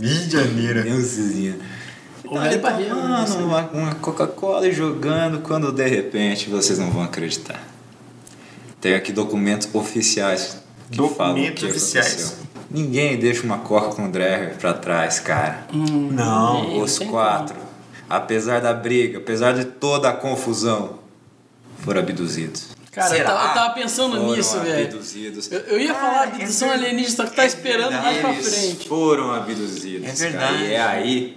Speaker 3: Midianeira.
Speaker 1: Deusezinha.
Speaker 2: O
Speaker 1: Tá
Speaker 2: velho
Speaker 1: ali
Speaker 2: barreiro, né,
Speaker 1: tomando
Speaker 2: você?
Speaker 1: uma, uma Coca-Cola e jogando quando de repente vocês não vão acreditar. Tem aqui documentos oficiais que falam o
Speaker 3: Documentos
Speaker 1: que
Speaker 3: oficiais.
Speaker 1: aconteceu. Ninguém deixa uma Coca com o Dreher pra trás, cara.
Speaker 3: Não.
Speaker 2: Não
Speaker 1: Os
Speaker 2: tem
Speaker 1: quatro, apesar da briga, apesar de toda a confusão, foram abduzidos.
Speaker 2: Cara, eu
Speaker 3: Será?
Speaker 2: tava, eu tava pensando
Speaker 1: Foram
Speaker 2: nisso, velho.
Speaker 1: abduzidos.
Speaker 2: Eu, eu ia
Speaker 3: Cara,
Speaker 2: falar
Speaker 3: é
Speaker 2: de abdução
Speaker 3: verdade.
Speaker 2: alienígena, só que tá
Speaker 3: É
Speaker 2: esperando mais pra
Speaker 1: Eles
Speaker 2: frente.
Speaker 1: foram abduzidos.
Speaker 3: É
Speaker 1: Cara,
Speaker 3: verdade.
Speaker 1: e é aí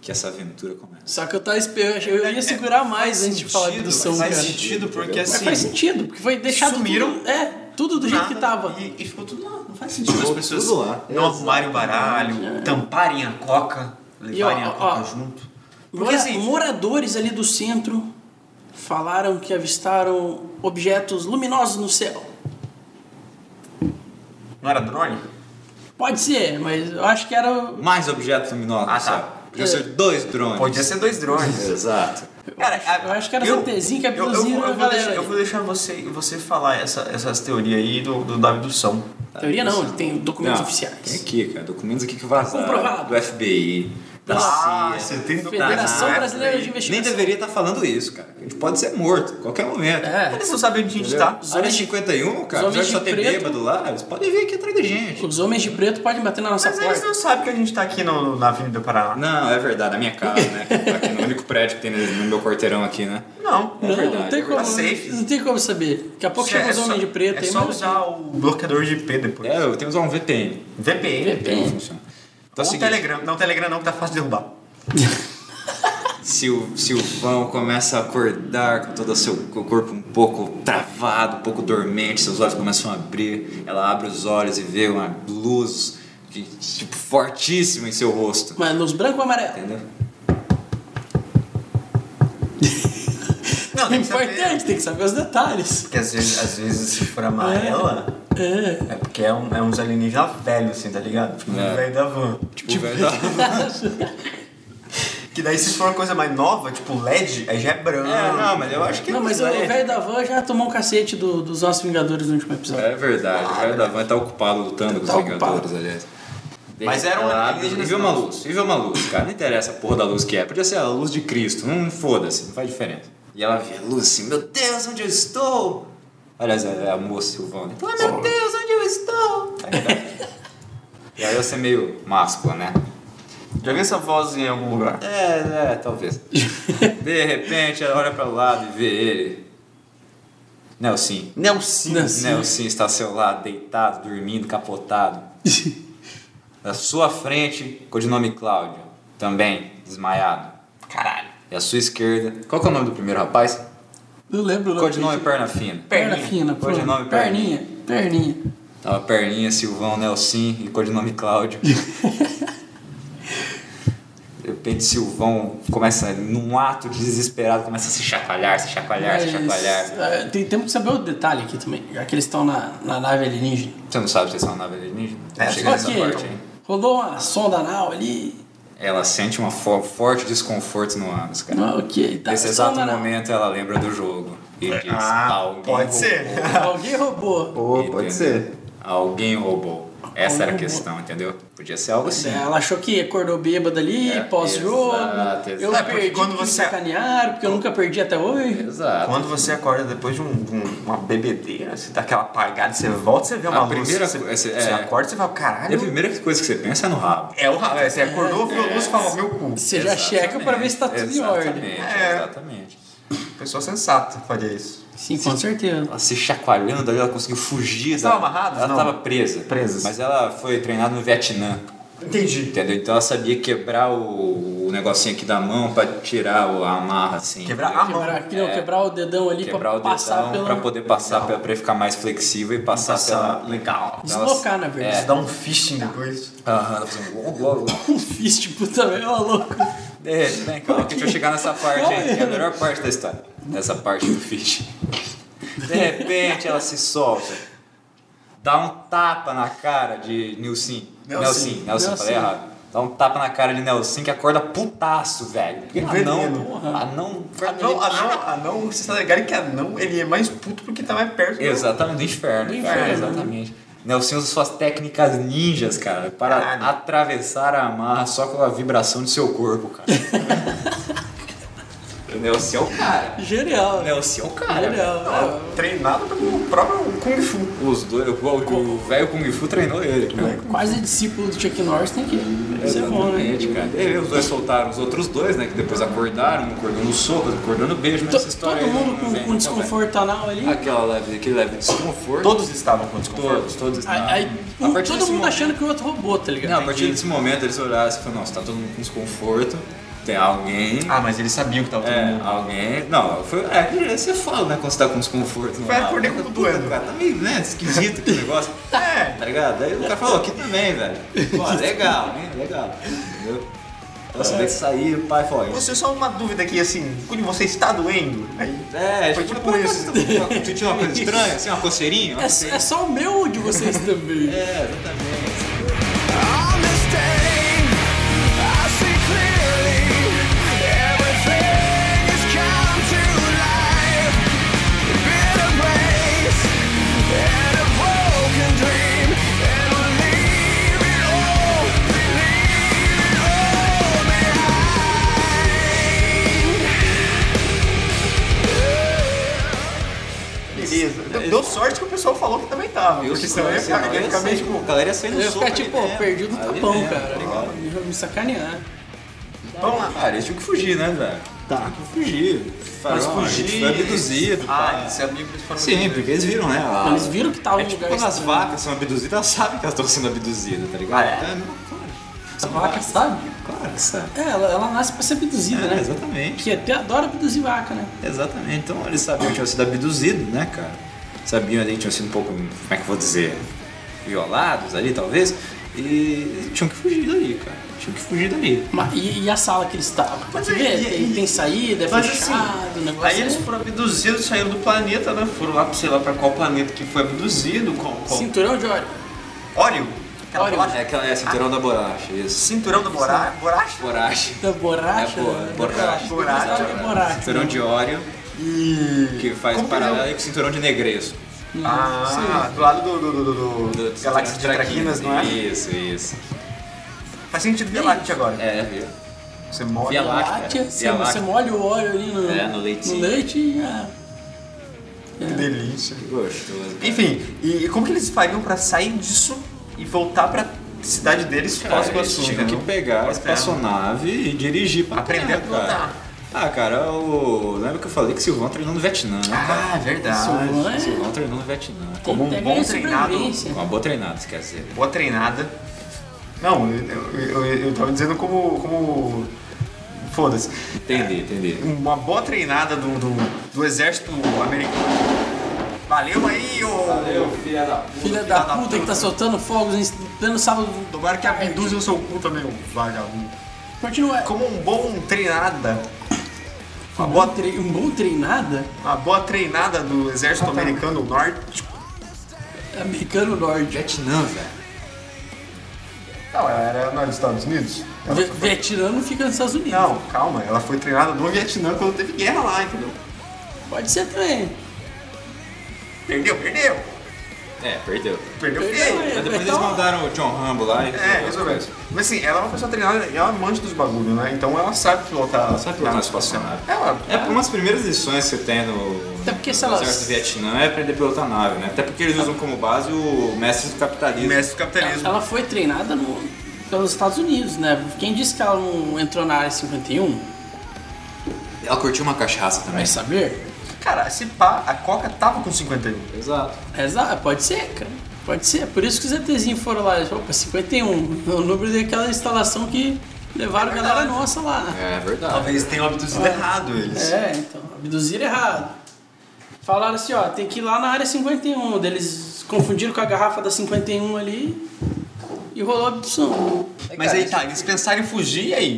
Speaker 1: que essa aventura começa.
Speaker 2: Só que eu tava esperando, eu ia segurar mais antes de falar de abdução,
Speaker 3: faz
Speaker 2: cara.
Speaker 3: sentido, porque
Speaker 1: Mas
Speaker 2: Mas
Speaker 3: assim.
Speaker 2: faz sentido, porque foi deixado
Speaker 3: Sumiram.
Speaker 2: tudo, é, tudo do jeito que
Speaker 3: nada,
Speaker 2: tava.
Speaker 3: E, e ficou tudo lá. Não faz sentido as
Speaker 1: Ficou
Speaker 3: pessoas
Speaker 1: tudo lá.
Speaker 3: não arrumarem o baralho, tamparem a coca,
Speaker 2: ó,
Speaker 3: levarem a
Speaker 2: ó,
Speaker 3: coca
Speaker 2: ó.
Speaker 3: junto.
Speaker 2: Mora- moradores ali do centro falaram que avistaram objetos luminosos no céu.
Speaker 3: Não era drone?
Speaker 2: Pode ser, mas eu acho que era.
Speaker 1: Mais objetos luminosos.
Speaker 3: Ah,
Speaker 1: no céu.
Speaker 3: tá.
Speaker 1: Podia ser dois drones.
Speaker 3: Podia ser dois drones.
Speaker 1: Exato.
Speaker 3: Cara,
Speaker 2: Eu acho que era
Speaker 3: eu-
Speaker 2: ZTzinho que
Speaker 3: eu- eu-
Speaker 2: abduziram
Speaker 3: eu,
Speaker 2: a
Speaker 3: vou
Speaker 2: galera
Speaker 3: deixar-
Speaker 2: aí.
Speaker 3: eu vou deixar você, você falar essa, essas teorias aí do, do da abdução.
Speaker 2: Teoria não,
Speaker 3: é
Speaker 2: ele tem documentos
Speaker 1: Não, Tem
Speaker 2: oficiais.
Speaker 1: aqui, cara. Documentos aqui que vazaram.
Speaker 2: Comprovado.
Speaker 1: Do FBI, da
Speaker 3: Ah,
Speaker 1: CIA.
Speaker 3: você tem
Speaker 2: Federação
Speaker 1: Tá,
Speaker 2: Brasileira de
Speaker 1: Nem
Speaker 2: Investigação.
Speaker 1: deveria estar falando isso, cara. A gente pode ser morto a qualquer momento.
Speaker 2: É,
Speaker 3: Eles não sabem onde a gente
Speaker 1: Entendeu?
Speaker 3: tá.
Speaker 1: Área 51, cara,
Speaker 2: Os
Speaker 1: apesar
Speaker 2: homens
Speaker 1: de só
Speaker 2: de
Speaker 1: ter
Speaker 2: preto.
Speaker 1: bêbado lá, eles podem vir aqui atrás da gente.
Speaker 2: É, os homens de preto podem bater na nossa
Speaker 3: Mas eles
Speaker 2: porta.
Speaker 3: não sabem que a gente tá aqui no, na Avenida do Paraná.
Speaker 1: Não, é verdade, a minha casa, né? Que tá aqui no único prédio que tem no no meu quarteirão aqui, né?
Speaker 3: Não.
Speaker 1: É verdade,
Speaker 2: não
Speaker 1: é
Speaker 2: tem como,
Speaker 3: verdade. Tá Safe.
Speaker 2: não tem como saber. Daqui a pouco
Speaker 3: Isso é-
Speaker 2: chegam os
Speaker 3: é
Speaker 2: homens
Speaker 3: só-
Speaker 2: de preto
Speaker 3: É
Speaker 2: aí,
Speaker 3: só
Speaker 2: mas- assim-
Speaker 3: usar o bloqueador de IP depois.
Speaker 1: É, eu tenho que usar um VPN.
Speaker 3: VPN.
Speaker 2: VPN.
Speaker 1: Não funciona. Então, é o
Speaker 2: Tá
Speaker 3: Ou
Speaker 1: seguinte,
Speaker 3: Telegram. Tá Não, Telegram não, que tá fácil de derrubar.
Speaker 1: Se o Silvão começa a acordar com todo o seu co- corpo um pouco travado, um pouco dormente, seus olhos começam a abrir, ela abre os olhos e vê uma luz que, tipo, fortíssima em seu rosto.
Speaker 2: Mas nos branco ou amarelo?
Speaker 1: Entendeu?
Speaker 3: Não,
Speaker 2: É
Speaker 3: tem que saber.
Speaker 2: importante, tem que saber os detalhes.
Speaker 3: Porque às vezes, às vezes se for amarela,
Speaker 2: É.
Speaker 3: é porque é, um, é uns alienígenas velhos, assim, tá ligado? Tipo,
Speaker 1: É.
Speaker 3: um velho da van.
Speaker 1: Tipo, verdade.
Speaker 3: Que daí se for uma coisa mais nova, tipo LED, aí já é branco.
Speaker 1: É, não, mas eu acho que
Speaker 2: Não, mas o
Speaker 1: é.
Speaker 2: velho da van já tomou um cacete do- dos nossos Vingadores no último episódio.
Speaker 1: É verdade, o velho da van tá ocupado lutando com os
Speaker 2: Tá ocupado.
Speaker 1: Vingadores, aliás.
Speaker 3: Mas era um
Speaker 1: Ela abre
Speaker 3: alienígena
Speaker 1: E vê uma luz, e vê uma luz, cara. Não interessa a porra da luz que é. Podia ser a luz de Cristo, não foda-se, não faz diferença. E ela vê a luz assim, meu Deus, onde eu estou? Aliás, é a moça Silvana. Ah, meu Deus, onde eu estou? tá. e aí você é meio máscula, né?
Speaker 3: Já vi essa voz em algum lugar.
Speaker 1: É, é, talvez. De repente ela olha pra lado e vê ele. Nelson.
Speaker 3: Nelson.
Speaker 2: Nelson.
Speaker 1: Nelson está ao seu lado, deitado, dormindo, capotado. Na sua frente, codinome Cláudio, também desmaiado.
Speaker 3: Caralho.
Speaker 1: E à sua esquerda, qual que é o nome do primeiro rapaz?
Speaker 2: Não lembro o nome.
Speaker 1: Codinome Perna Fina.
Speaker 2: Perna
Speaker 3: Perninha.
Speaker 2: fina, pô.
Speaker 1: Codinome
Speaker 2: perninha. Perninha.
Speaker 1: Tava Perninha, Silvão, Nelson e codinome Cláudio. De repente, Silvão começa, num ato desesperado, começa a se chacoalhar, se chacoalhar, se
Speaker 2: Mas,
Speaker 1: chacoalhar.
Speaker 2: ah, tem, temos que saber o detalhe aqui também, já que eles estão na, na nave alienígena.
Speaker 1: Você não sabe se essa é uma nave alienígena?
Speaker 3: É,
Speaker 1: Chega
Speaker 3: só
Speaker 1: nessa
Speaker 2: Ok,
Speaker 1: parte, hein?
Speaker 2: rolou uma sonda anal ali.
Speaker 1: Ela sente um forte desconforto no ânus, cara.
Speaker 2: Ah, ok, tá.
Speaker 1: Nesse
Speaker 2: sonda
Speaker 1: exato
Speaker 2: anal.
Speaker 1: momento ela lembra do jogo e diz:
Speaker 3: Ah,
Speaker 1: Alguém
Speaker 3: pode
Speaker 1: roubou."
Speaker 3: ser.
Speaker 2: Alguém roubou.
Speaker 3: Pô,
Speaker 1: Entendeu? Alguém roubou. Essa era a questão, entendeu? Podia ser algo assim.
Speaker 2: Ela achou que acordou bêbada ali,
Speaker 1: É,
Speaker 2: pós-jogo.
Speaker 1: exato,
Speaker 2: Eu
Speaker 1: exato. É,
Speaker 3: porque
Speaker 2: perdi
Speaker 3: quando
Speaker 2: quando me
Speaker 3: você-
Speaker 2: sacanearam, porque eu nunca perdi até hoje.
Speaker 1: Exato.
Speaker 3: Quando você acorda depois de, um- de um- uma bebedeira, você dá aquela apagada, você volta, você vê uma
Speaker 1: A
Speaker 3: luz.
Speaker 1: primeira
Speaker 3: você,
Speaker 1: coisa-
Speaker 3: você
Speaker 1: é.
Speaker 3: acorda, você fala,
Speaker 1: E a
Speaker 3: caralho.
Speaker 1: primeira coisa que você pensa é no rabo.
Speaker 3: É o rabo. Você acordou, viu a luz e falou, meu cu.
Speaker 2: Você já checa pra ver se tá tudo em ordem.
Speaker 1: Exatamente,
Speaker 3: É.
Speaker 1: exatamente.
Speaker 3: Pessoa sensata faria isso.
Speaker 2: Sim, com certeza.
Speaker 1: Ela se chacoalhando ali, ela conseguiu fugir.
Speaker 3: Ela
Speaker 1: da-
Speaker 3: tava amarrada?
Speaker 1: Ela
Speaker 3: Não.
Speaker 1: estava presa.
Speaker 3: Presas.
Speaker 1: Mas ela foi treinada no Vietnã.
Speaker 3: Entendi.
Speaker 1: Entendeu? Então ela sabia quebrar o, o negocinho aqui da mão pra tirar o, a amarra, assim.
Speaker 3: Quebrar
Speaker 1: entendeu?
Speaker 3: a mão.
Speaker 2: Quebrar, não, quebrar o dedão ali
Speaker 1: é. quebrar
Speaker 2: pra
Speaker 1: o
Speaker 2: passar
Speaker 1: dedão
Speaker 2: pela.
Speaker 1: pra poder passar pela, pra ele ficar mais flexível e passar, pela.
Speaker 3: legal.
Speaker 2: Deslocar, na
Speaker 3: Você
Speaker 2: verdade.
Speaker 3: dá um fishing depois.
Speaker 1: Aham, ela fazendo um logo, logo.
Speaker 2: Um fist, puta velho, ó, louco.
Speaker 1: É, vem, calma que a gente vai chegar nessa parte aí, que é a melhor parte da história. Nessa parte do fish. De repente ela se solta, dá um tapa na cara de Nilcim.
Speaker 3: Nelson.
Speaker 1: Nelson, Nelson, falei
Speaker 2: Nelson.
Speaker 1: errado. Dá um tapa na cara de Nelson que acorda putaço, velho. Porque
Speaker 3: Veneno.
Speaker 1: anão, anão,
Speaker 3: Anão, anão, anão, vocês estão ligados que anão ele é mais puto porque tá mais perto. do-
Speaker 1: Exatamente, do inferno.
Speaker 2: Do
Speaker 1: cara,
Speaker 2: inferno.
Speaker 1: exatamente. Né, Nelson usa suas técnicas ninjas, cara, para
Speaker 3: Caralho.
Speaker 1: atravessar a amarra só com a vibração de seu corpo, cara. o Nelson é o cara.
Speaker 2: Genial. né?
Speaker 1: O Nelson é o cara. velho.
Speaker 2: Genial. é.
Speaker 3: Não, treinado pelo próprio Kung Fu.
Speaker 1: Os dois, o- o o velho Kung Fu treinou ele. cara.
Speaker 2: Quase discípulo do Chuck Norris tem que ser bom, né?
Speaker 1: Exatamente, cara. E aí os dois soltaram os outros dois, né? Que depois acordaram, um acordou no soco, outro acordou no beijo, mas
Speaker 2: To-
Speaker 1: essa história
Speaker 2: Todo
Speaker 1: aí não
Speaker 2: mundo com,
Speaker 1: vem,
Speaker 2: com
Speaker 1: não
Speaker 2: desconforto anal ali.
Speaker 1: vem. Aquela leve, aquele leve desconforto.
Speaker 3: Todos estavam com desconforto.
Speaker 1: todos, todos. né?
Speaker 2: Aí, aí,
Speaker 1: A
Speaker 2: um-
Speaker 1: partir
Speaker 2: todo
Speaker 1: desse
Speaker 2: mundo
Speaker 1: momento-
Speaker 2: achando que o outro roubou, tá ligado?
Speaker 1: Não, a partir desse momento eles olharam e falaram, nossa, tá todo mundo com desconforto, tem alguém.
Speaker 3: Ah, mas ele sabia que tava todo
Speaker 1: É,
Speaker 3: mundo.
Speaker 1: alguém. Não, foi. É, você fala, né, quando você tá com desconforto.
Speaker 3: Vai
Speaker 1: não,
Speaker 3: acordar com o doendo.
Speaker 1: Cara, tá meio, né, esquisito aquele negócio.
Speaker 3: É.
Speaker 1: Tá ligado? Aí o cara falou, aqui também, velho. Pô, legal, hein? Legal. Entendeu? Então você vê que sair, o pai falou,
Speaker 3: Você só uma dúvida aqui, assim, quando você está doendo? Aí,
Speaker 1: é,
Speaker 3: Foi
Speaker 1: tipo,
Speaker 3: tipo
Speaker 1: por
Speaker 3: isso.
Speaker 1: isso. Tu tinha uma coisa estranha, assim, uma coceirinha? Uma
Speaker 2: É,
Speaker 1: coceirinha.
Speaker 2: é só o meu ou de vocês também?
Speaker 1: É, exatamente.
Speaker 4: On this day, I see clearly everything has come to life. Been a race and a broken dream, and we'll leave it all, leave it all
Speaker 3: beleza. Deu- Deu sorte que o pessoal falou que também tava.
Speaker 1: É, Eu
Speaker 3: Porque
Speaker 1: sei,
Speaker 3: senão ia
Speaker 1: sei,
Speaker 3: ficar ia ficar
Speaker 1: eu
Speaker 3: é meio
Speaker 1: sei.
Speaker 3: tipo.
Speaker 1: A galera ia sair
Speaker 2: Eu
Speaker 1: no
Speaker 2: ia
Speaker 1: soco.
Speaker 2: ficar
Speaker 1: ali
Speaker 2: tipo, ó,
Speaker 1: mesmo.
Speaker 2: perdi no
Speaker 1: Ali
Speaker 2: tapão,
Speaker 1: mesmo, tá
Speaker 2: cara. né?
Speaker 1: ligado?
Speaker 2: Me- Me sacanear.
Speaker 3: Vamos lá.
Speaker 1: Cara, eles tinham que fugir, né, velho? Tá. Tinha que fugir. é Mas
Speaker 3: fugir-
Speaker 1: Foi abduzido.
Speaker 3: Ah,
Speaker 1: pá.
Speaker 3: eles sabiam que eles foram
Speaker 1: Sim, porque eles viram, né? a-
Speaker 2: Eles viram que tava
Speaker 1: É
Speaker 2: um
Speaker 1: tipo
Speaker 2: lugar
Speaker 1: quando as
Speaker 2: estranho.
Speaker 1: vacas são abduzidas, elas sabem que elas estão sendo abduzidas, tá ligado?
Speaker 3: Ah, é?
Speaker 1: Então, não-
Speaker 2: As vacas, sabe?
Speaker 1: claro que sabe.
Speaker 2: É, ela, ela nasce pra ser abduzida,
Speaker 1: É,
Speaker 2: né?
Speaker 1: exatamente.
Speaker 2: Que até adora abduzir vaca, né?
Speaker 1: Exatamente. Então eles sabiam que tinham sido abduzidos, né, cara? Sabiam ali que tinham sido um pouco, como é que eu vou dizer, violados ali, talvez. E tinham que fugir dali, cara. Tinham que fugir dali.
Speaker 2: Mas, e, e a sala que eles estavam? Pode
Speaker 3: Mas
Speaker 2: ver,
Speaker 3: aí-
Speaker 2: tem, tem saída, é
Speaker 3: Mas
Speaker 2: fechado, o
Speaker 3: assim,
Speaker 2: negócio.
Speaker 3: aí
Speaker 2: é-
Speaker 3: eles foram abduzidos, saíram do planeta, né? Foram lá, sei lá, pra qual planeta que foi abduzido, qual... qual...
Speaker 2: Cinturão de óleo.
Speaker 3: Óleo? Aquela
Speaker 2: Óleo.
Speaker 3: borracha?
Speaker 1: É aquela é cinturão da borracha, isso.
Speaker 3: Cinturão da bora... borracha?
Speaker 1: Borracha.
Speaker 2: Da borracha.
Speaker 1: É, pô,
Speaker 2: né?
Speaker 1: borracha.
Speaker 3: Borracha.
Speaker 2: É borracha.
Speaker 1: Cinturão de óleo,
Speaker 3: E...
Speaker 1: que faz
Speaker 3: Como que
Speaker 1: paralelo
Speaker 3: ele é?
Speaker 1: aí com o cinturão de negresso.
Speaker 3: Ah, do lado do, do, do, do, do,
Speaker 1: cinturão
Speaker 3: Galáxia de Traquinas, não é?
Speaker 1: Isso, isso.
Speaker 3: Faz sentido Via Láctea agora.
Speaker 1: É, viu?
Speaker 3: Você morre.
Speaker 1: Via Láctea.
Speaker 2: Borracha, você,
Speaker 1: Via
Speaker 2: você
Speaker 1: Láctea.
Speaker 2: molha o óleo ali no,
Speaker 1: É, no leitinho.
Speaker 2: No leite e já.
Speaker 3: Que delícia.
Speaker 1: Que Gostoso. cara.
Speaker 3: Enfim, e, e como que eles fariam pra sair disso e voltar pra cidade deles, Foz
Speaker 1: Cara,
Speaker 3: do
Speaker 1: eles
Speaker 3: Iguaçu,
Speaker 1: tinham que
Speaker 3: entendeu?
Speaker 1: pegar a
Speaker 3: Pra terra.
Speaker 1: espaçonave e dirigir pra terra,
Speaker 3: Aprender a
Speaker 1: cara.
Speaker 3: pilotar.
Speaker 1: Ah, cara, o... lembra que eu falei que o Silvão treinou no Vietnã, né, cara?
Speaker 3: Ah, verdade.
Speaker 2: Silvão é-
Speaker 1: O Silvão treinou no Vietnã.
Speaker 3: Como um
Speaker 2: tem
Speaker 3: bom
Speaker 2: grande
Speaker 3: treinado,
Speaker 2: sobrevivência.
Speaker 1: Uma boa treinada, você quer dizer.
Speaker 3: Boa treinada. Não, eu, eu, eu, eu tava dizendo como. como... Foda-se.
Speaker 1: Entendi, entendi.
Speaker 3: Uma boa treinada do, do, do exército americano. Valeu aí, ô.
Speaker 1: filha da
Speaker 3: um
Speaker 1: puta.
Speaker 2: Filha da puta que tá soltando fogos, ens- dando salvo do
Speaker 3: Tomara que abduza o seu cu também, ô vagabundo.
Speaker 2: Continua.
Speaker 3: Como um bom treinada. Uma
Speaker 2: Um
Speaker 3: boa,
Speaker 2: bom tre- um bom treinada?
Speaker 3: uma boa treinada do exército americano norte. tipo,
Speaker 2: é Americano Norte.
Speaker 1: Vietnã, velho.
Speaker 3: Não, ela era nos Estados Unidos?
Speaker 2: Ve- Vietnã não fica nos Estados Unidos.
Speaker 3: Não, calma, ela foi treinada no Vietnã quando teve guerra lá, entendeu?
Speaker 2: Pode ser também.
Speaker 3: Perdeu, perdeu!
Speaker 1: É, perdeu.
Speaker 3: Perdeu
Speaker 2: Perdeu,
Speaker 3: feio!
Speaker 2: é.
Speaker 1: Mas depois
Speaker 2: Então-
Speaker 1: eles mandaram o John Rambo lá e...
Speaker 3: É, mais ou menos. Mas assim, ela é uma pessoa treinada e ela manja dos bagulhos, né? Então ela sabe pilotar. Ela é
Speaker 1: sabe pilotar espaçonave.
Speaker 3: Ela.
Speaker 1: É uma das primeiras lições que você tem no,
Speaker 2: Até porque,
Speaker 1: no
Speaker 2: sei lá,
Speaker 1: exército do Vietnã é aprender a pilotar nave, né? Até porque eles usam como base o mestre do capitalismo.
Speaker 3: é Mestre do capitalismo.
Speaker 2: Ela foi treinada no- pelos Estados Unidos, né? Quem disse que ela não entrou na área 51?
Speaker 1: Ela curtiu uma cachaça também.
Speaker 2: Vai saber?
Speaker 3: Cara, se pá, a Coca tava com 51.
Speaker 1: Exato.
Speaker 2: Exa- pode ser, cara. Pode ser. Por isso que os ETzinhos foram lá. eles, Opa, 51. O número daquela instalação que levaram a galera
Speaker 3: verdade.
Speaker 2: nossa lá. né?
Speaker 1: É verdade.
Speaker 3: Talvez tenham abduzido errado eles.
Speaker 2: É, então, abduziram errado. Falaram assim, ó, tem que ir lá na área 51. Daí Eles confundiram com a garrafa da 51 ali e rolou a abdução.
Speaker 3: Mas aí tá, eles pensaram em fugir e aí?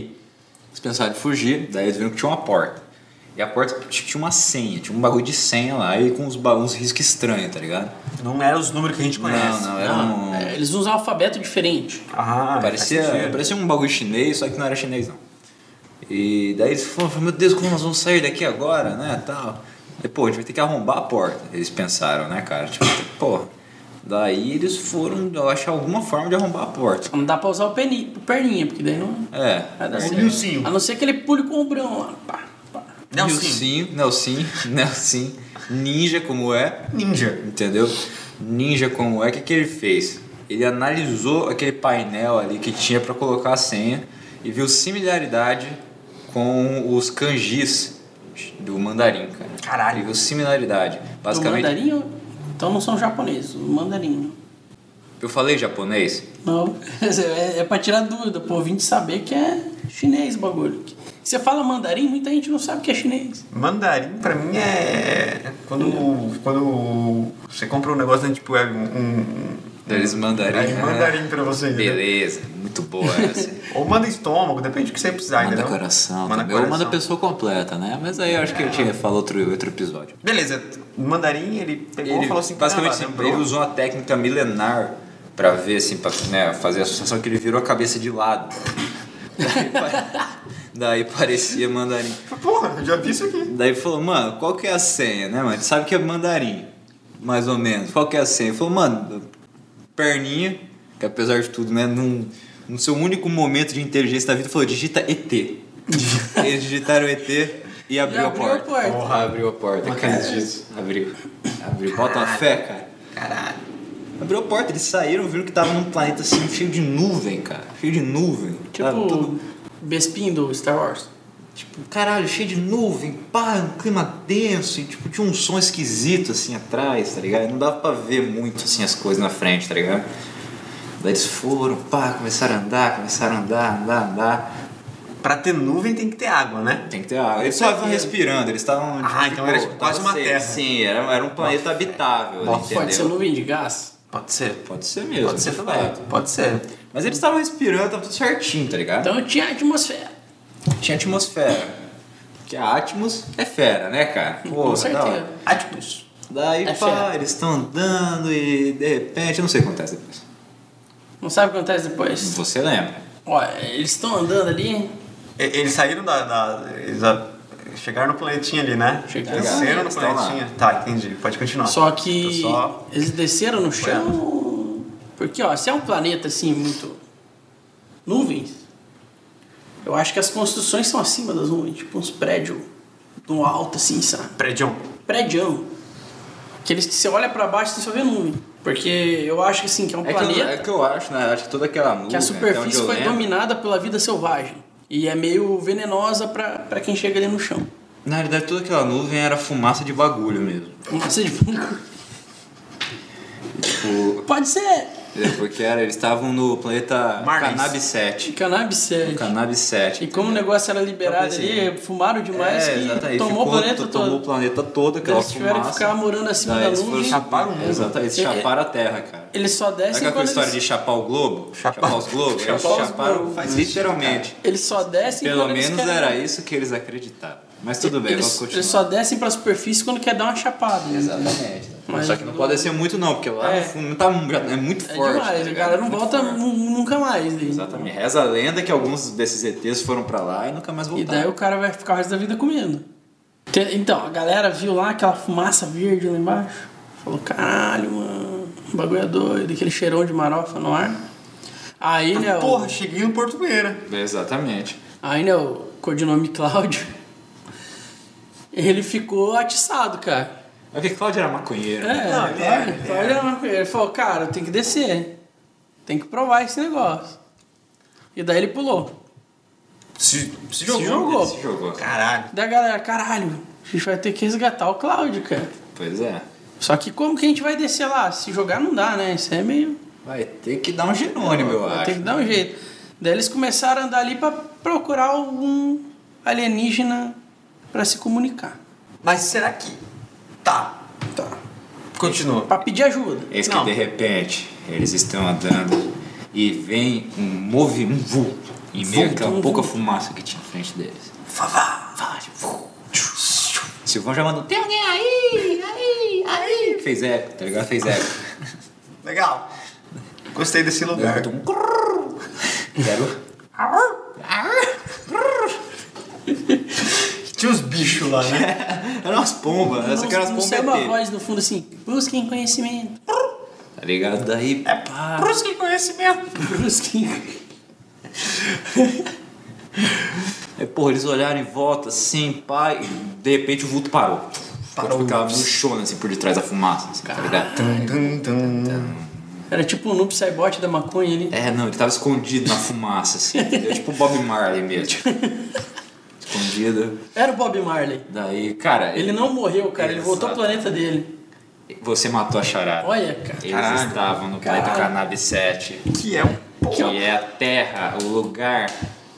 Speaker 1: Eles pensaram em fugir, daí eles viram que tinha uma porta. E a porta tipo, tinha uma senha, tinha um bagulho de senha lá, e com uns, ba- uns riscos estranhos, tá ligado?
Speaker 3: Não é Ah, era os números que a gente conhece.
Speaker 1: Não, não, era
Speaker 2: Não,
Speaker 1: um.
Speaker 2: é, eles usam um alfabeto diferente.
Speaker 3: Ah, faz
Speaker 1: Parecia,
Speaker 3: sentido.
Speaker 1: parecia um bagulho chinês, só que não era chinês, não. E daí eles falaram, meu Deus, como nós vamos sair daqui agora, né, tal. E, pô, a gente vai ter que arrombar a porta, eles pensaram, né, cara? Tipo, porra. Daí eles foram eu acho, alguma forma de arrombar a porta.
Speaker 2: Não dá pra usar o peni- o perninha, porque daí não.
Speaker 1: É.
Speaker 2: vai dar certo.
Speaker 3: Nilcinho.
Speaker 2: A não ser que ele pule com o brão lá. Pá, pá.
Speaker 3: Nelson.
Speaker 1: Nilcinho, Nelson, Nelson, ninja como é,
Speaker 3: Ninja.
Speaker 1: entendeu? Ninja como é, o que, que ele fez? Ele analisou aquele painel ali que tinha pra colocar a senha e viu similaridade com os kanjis do mandarim, cara.
Speaker 3: Caralho.
Speaker 1: Ele viu similaridade.
Speaker 2: O
Speaker 1: Basicamente,
Speaker 2: mandarim, então não são japoneses, o mandarim.
Speaker 1: eu falei japonês?
Speaker 2: Não, é, é pra tirar dúvida, pô, vim de saber que é chinês o bagulho. Você fala mandarim, muita gente não sabe que é chinês.
Speaker 3: Mandarim pra mim é. Quando. Quando você compra um negócio na Deep Web, um. um-
Speaker 1: Eles mandarim.
Speaker 3: aí
Speaker 1: né?
Speaker 3: mandarim pra você. entendeu?
Speaker 1: Beleza, muito boa essa.
Speaker 3: Ou manda estômago, depende do que você precisar,
Speaker 1: Manda
Speaker 3: entendeu?
Speaker 1: coração,
Speaker 3: Manda
Speaker 1: também. Ou manda
Speaker 3: coração.
Speaker 1: pessoa completa, né? Mas aí eu acho que eu tinha falado outro, outro episódio.
Speaker 3: Beleza, o mandarim ele pegou
Speaker 1: Ele,
Speaker 3: e falou assim:
Speaker 1: basicamente,
Speaker 3: "Cara,
Speaker 1: assim,
Speaker 3: lembrou?"
Speaker 1: ele usou uma técnica milenar pra ver, assim, pra né, fazer a associação que ele virou a cabeça de lado. Daí, pa- daí parecia mandarim.
Speaker 3: Porra, eu já vi isso aqui.
Speaker 1: Daí falou, mano, qual que é a senha, né, mano? Tu sabe que é mandarim, mais ou menos. Qual que é a senha? Ele falou, mano, perninha, que apesar de tudo, né, num, no seu único momento de inteligência da vida, falou, digita ET. Eles digitaram ET e abriu,
Speaker 2: E
Speaker 1: a
Speaker 2: abriu
Speaker 1: porta.
Speaker 2: a porta.
Speaker 1: Porra, abriu a porta, cara. Abriu. Abriu. Bota uma fé, cara.
Speaker 3: Caralho.
Speaker 1: Abriu a porta, eles saíram, viram que tava num planeta assim, cheio de nuvem, cara. Cheio de nuvem.
Speaker 2: Tipo,
Speaker 1: sabe? Tudo-
Speaker 2: Bespin do Star Wars.
Speaker 1: Tipo, caralho, cheio de nuvem, pá, um clima denso e tipo, tinha um som esquisito assim atrás, tá ligado? Não dava pra ver muito assim as coisas na frente, tá ligado? Daí eles foram, pá, começaram a andar, começaram a andar, andar, andar.
Speaker 3: Pra ter nuvem tem que ter água, né?
Speaker 1: Tem que ter água. Eles só estavam respirando, eles estavam.
Speaker 3: Ah, então era, tipo,
Speaker 1: tava
Speaker 3: quase uma
Speaker 1: seco.
Speaker 3: terra.
Speaker 1: Sim, era, era um planeta habitável, entendeu?
Speaker 2: Pode ser nuvem de gás.
Speaker 3: Pode ser.
Speaker 1: Pode ser mesmo.
Speaker 3: Pode ser
Speaker 1: de
Speaker 3: também.
Speaker 1: fato.
Speaker 3: Ah, Pode ser.
Speaker 1: Mas eles estavam respirando, tava tudo certinho, tá ligado?
Speaker 2: Então tinha atmosfera.
Speaker 3: Então-
Speaker 1: Tinha atmosfera. Porque a Atmos é fera, né, cara? Porra,
Speaker 2: com
Speaker 1: da
Speaker 2: certeza.
Speaker 1: hora.
Speaker 3: Ah, Atipus.
Speaker 1: Daí,
Speaker 2: É
Speaker 1: pá,
Speaker 2: fera.
Speaker 1: eles estão andando e de repente, eu não sei o que acontece depois.
Speaker 2: Não sabe o que acontece depois.
Speaker 1: Você lembra?
Speaker 2: Ó, eles estão andando ali.
Speaker 3: E- Eles saíram da. da- eles a- chegaram no planetinha ali, né?
Speaker 2: Chegaram.
Speaker 3: Desceram no
Speaker 1: Estão lá.
Speaker 3: planetinha. Tá, entendi. Pode
Speaker 1: Ah,
Speaker 3: continuar.
Speaker 2: Só que
Speaker 1: tá
Speaker 3: Tô só-
Speaker 2: eles desceram no chão. Porque, ó, se é um planeta assim, muito. nuvens. Eu acho que as construções são acima das nuvens, tipo uns prédios tão alto assim, sabe?
Speaker 3: Prédio.
Speaker 2: Prédio. Aqueles que você olha pra baixo e você só vê nuvem. Porque eu acho que assim, que é um
Speaker 1: É que, eu,
Speaker 2: planeta.
Speaker 1: é que eu acho, né? Acho que toda aquela nuvem,
Speaker 2: que a
Speaker 1: até onde
Speaker 2: superfície
Speaker 1: eu
Speaker 2: foi
Speaker 1: lembro-
Speaker 2: dominada pela vida selvagem e é meio venenosa pra pra quem chega ali no chão.
Speaker 1: Na realidade, toda aquela nuvem era fumaça de bagulho mesmo.
Speaker 2: Nossa, de-
Speaker 1: Tipo,
Speaker 2: Pode ser
Speaker 1: é, porque era, eles estavam no planeta
Speaker 3: Marlins.
Speaker 1: Cannabis 7.
Speaker 2: cannabis sério.
Speaker 1: Cannabis 7.
Speaker 2: E como o negócio era liberado
Speaker 1: Então,
Speaker 2: ali,
Speaker 1: assim,
Speaker 2: fumaram demais
Speaker 1: é,
Speaker 2: que
Speaker 1: exatamente.
Speaker 2: tomou
Speaker 1: Ficou-
Speaker 2: o planeta
Speaker 1: to-
Speaker 2: todo.
Speaker 1: Tomou o planeta todo, aquela
Speaker 2: Eles tiveram que
Speaker 1: fumaça.
Speaker 2: ficar morando acima
Speaker 1: Daí
Speaker 2: da
Speaker 1: eles
Speaker 2: nuvem.
Speaker 1: foram-
Speaker 3: Chaparam o mundo.
Speaker 1: Exatamente, eles
Speaker 2: É-
Speaker 1: chaparam a terra, cara.
Speaker 2: Eles só
Speaker 1: Sabe
Speaker 2: descem
Speaker 1: aquela
Speaker 2: quando
Speaker 1: história
Speaker 2: eles...
Speaker 1: de chapar o globo? Chapar, os globos?
Speaker 2: Chapar
Speaker 1: Eles
Speaker 2: os
Speaker 1: chaparam,
Speaker 2: globos.
Speaker 1: faz literalmente.
Speaker 2: Eles só descem
Speaker 1: Pelo
Speaker 2: quando eles
Speaker 1: menos
Speaker 2: querem-
Speaker 1: era isso que eles acreditavam. Mas tudo bem, vamos
Speaker 2: Eles,
Speaker 1: continuar.
Speaker 2: eles só descem pra superfície quando quer dar uma chapada. né?
Speaker 1: Exatamente.
Speaker 2: Mas-
Speaker 1: Só que não pode ser muito não, porque lá
Speaker 2: É.
Speaker 1: no fundo tá, já é muito
Speaker 2: É
Speaker 1: forte.
Speaker 2: demais,
Speaker 1: tá
Speaker 2: o
Speaker 1: ligado?
Speaker 2: cara não
Speaker 1: Muito
Speaker 2: volta
Speaker 1: forte.
Speaker 2: nu- nunca mais. né?
Speaker 1: Exatamente. Reza a lenda que alguns desses ETs foram pra lá e nunca mais
Speaker 2: E
Speaker 1: voltaram.
Speaker 2: daí o cara vai ficar o resto da vida comendo. Te- Então, a galera viu lá aquela fumaça verde lá embaixo. Falou, caralho, mano, o bagulho é doido, aquele cheirão de marofa no ar. Aí, né,
Speaker 3: Porra,
Speaker 2: o,
Speaker 3: cheguei no Porto Poeira.
Speaker 1: Exatamente.
Speaker 2: aí, né, o codinome Cláudio, ele ficou atiçado, cara.
Speaker 1: É porque Cláudio era maconheiro. né?
Speaker 2: É,
Speaker 3: Não,
Speaker 2: Cláudio,
Speaker 3: ele é, ele
Speaker 2: Cláudio era uma coisa. Ele falou, cara, eu tenho que descer, tem que provar esse negócio. E daí ele pulou.
Speaker 3: Se, se
Speaker 2: Se
Speaker 3: jogou.
Speaker 2: jogou.
Speaker 1: Se jogou.
Speaker 3: Caralho.
Speaker 2: Daí a galera, caralho, a gente vai ter que resgatar o Cláudio, cara.
Speaker 1: Pois é.
Speaker 2: Só que como que a gente vai descer lá? Se jogar não dá, né? Isso é meio.
Speaker 1: Vai ter que dar um Jerônimo, eu acho.
Speaker 2: Tem que dar um jeito. Daí eles começaram a andar ali pra procurar algum alienígena pra se comunicar.
Speaker 3: Mas será que. Tá.
Speaker 2: Tá.
Speaker 3: Continua.
Speaker 2: Pra pedir ajuda.
Speaker 1: Eis que
Speaker 3: Não.
Speaker 1: de repente eles estão andando e vem um movi um vulto em meio
Speaker 2: Vulto,
Speaker 1: àquela
Speaker 2: um
Speaker 1: pouca
Speaker 2: vulto.
Speaker 1: fumaça que tinha em frente deles.
Speaker 3: Favá.
Speaker 1: Fala, tipo, "Fu, tchu". Silvão já mandou. Tem alguém aí? Aí, aí. Fez eco, tá ligado? Fez eco.
Speaker 3: Legal. Gostei desse
Speaker 1: Daí
Speaker 3: lugar.
Speaker 1: botou um. crrrr. Quero.
Speaker 3: Tinha uns bichos lá, né?
Speaker 1: Era umas pombas, eu só quero umas
Speaker 2: não
Speaker 1: pombas
Speaker 2: saiu uma
Speaker 1: ET,
Speaker 2: voz no fundo assim, busquem conhecimento.
Speaker 1: Tá ligado? Daí. pá.
Speaker 3: Busquem conhecimento.
Speaker 2: Busquem.
Speaker 1: Aí, porra, eles olharam em volta, assim, pai. De repente o vulto parou. Parou.
Speaker 3: Parou.
Speaker 1: Tipo, aquela buchona assim por detrás da fumaça, assim, tá ligado?
Speaker 3: Tum, tum.
Speaker 2: Era tipo o noob cyborg da maconha ali.
Speaker 1: É, não, ele tava escondido na fumaça, assim, entendeu? tipo o Bob Marley mesmo. Escondido.
Speaker 2: Era o Bob Marley.
Speaker 1: Daí, cara,
Speaker 2: Ele não morreu, cara. Ele voltou ao
Speaker 1: Exato.
Speaker 2: planeta dele.
Speaker 1: você matou a charada.
Speaker 2: Olha, cara.
Speaker 1: Eles
Speaker 3: Caralho.
Speaker 1: estavam no planeta
Speaker 2: Caralho.
Speaker 1: Cannabis 7,
Speaker 3: Que é um
Speaker 1: que é a terra, o lugar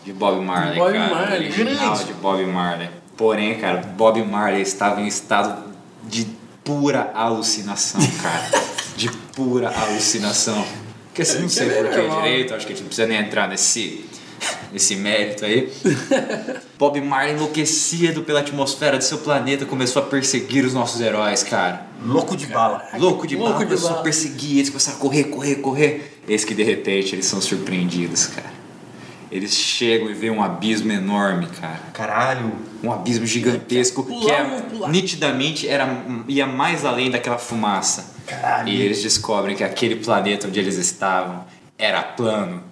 Speaker 1: de Bob Marley,
Speaker 2: Bob
Speaker 1: cara.
Speaker 2: Marley,
Speaker 1: o original
Speaker 3: grande.
Speaker 1: de Bob Marley. Porém, cara, Bob Marley estava em estado de pura alucinação, cara. de pura alucinação. Porque assim, não sei
Speaker 2: é
Speaker 1: porquê
Speaker 2: normal.
Speaker 1: direito, acho que a gente não precisa nem entrar nesse, nesse mérito aí. Bob Marley, enlouquecido pela atmosfera do seu planeta, começou a perseguir os nossos heróis, cara.
Speaker 3: louco de bala.
Speaker 1: Louco de
Speaker 2: Louco
Speaker 1: bala,
Speaker 2: de
Speaker 1: começou a
Speaker 2: bala.
Speaker 1: perseguir, eles começaram a correr, correr, correr. Eis que de repente eles são surpreendidos, cara. Eles chegam e veem um abismo enorme, cara.
Speaker 3: Caralho.
Speaker 1: Um abismo gigantesco que
Speaker 2: Pular,
Speaker 1: era,
Speaker 2: vamos pular.
Speaker 1: nitidamente era, ia mais além daquela fumaça.
Speaker 3: Caralho.
Speaker 1: E eles descobrem que aquele planeta onde eles estavam era plano.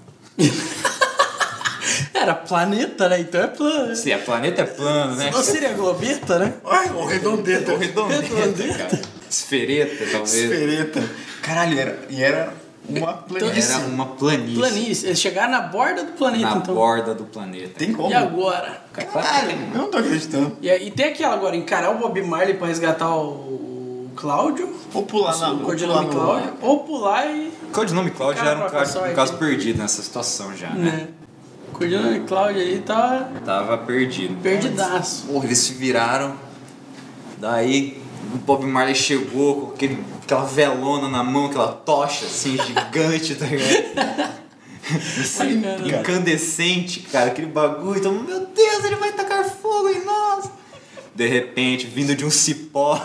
Speaker 2: Era planeta, né? Então é plano.
Speaker 1: Se é planeta é plano, né?
Speaker 2: Não seria globeta, né?
Speaker 3: Ai, o redondeta.
Speaker 1: Ou redondeta, cara. Esfereta, talvez.
Speaker 3: Espereta. Caralho, era, e era uma planície.
Speaker 1: Era uma planície,
Speaker 2: Planície. Eles chegaram na borda do planeta,
Speaker 1: na
Speaker 2: então.
Speaker 1: borda do planeta.
Speaker 3: Tem como?
Speaker 2: E agora?
Speaker 1: Cara,
Speaker 3: Caralho, eu não tô acreditando.
Speaker 2: E, aí- e tem aquela agora, encarar o Bob Marley pra resgatar o, o Cláudio,
Speaker 3: Ou pular na
Speaker 2: o
Speaker 3: ou
Speaker 2: codinome
Speaker 3: pular
Speaker 2: Cláudio, ou pular e.
Speaker 1: Codinome Cláudio já era um
Speaker 2: Cara, pra
Speaker 1: caso,
Speaker 2: passar
Speaker 1: um caso
Speaker 2: aqui.
Speaker 1: perdido nessa situação já, né?
Speaker 2: né? O codinome Cláudio aí tá
Speaker 1: Tava perdido.
Speaker 2: perdidaço.
Speaker 1: Porra, eles se viraram. Daí o Bob Marley chegou com aquele, aquela velona na mão, aquela tocha assim, gigante, tá ligado?
Speaker 2: Ai, cara.
Speaker 1: Incandescente, cara, aquele bagulho. Então, meu Deus, ele vai tacar fogo em nós. De repente, vindo de um cipó,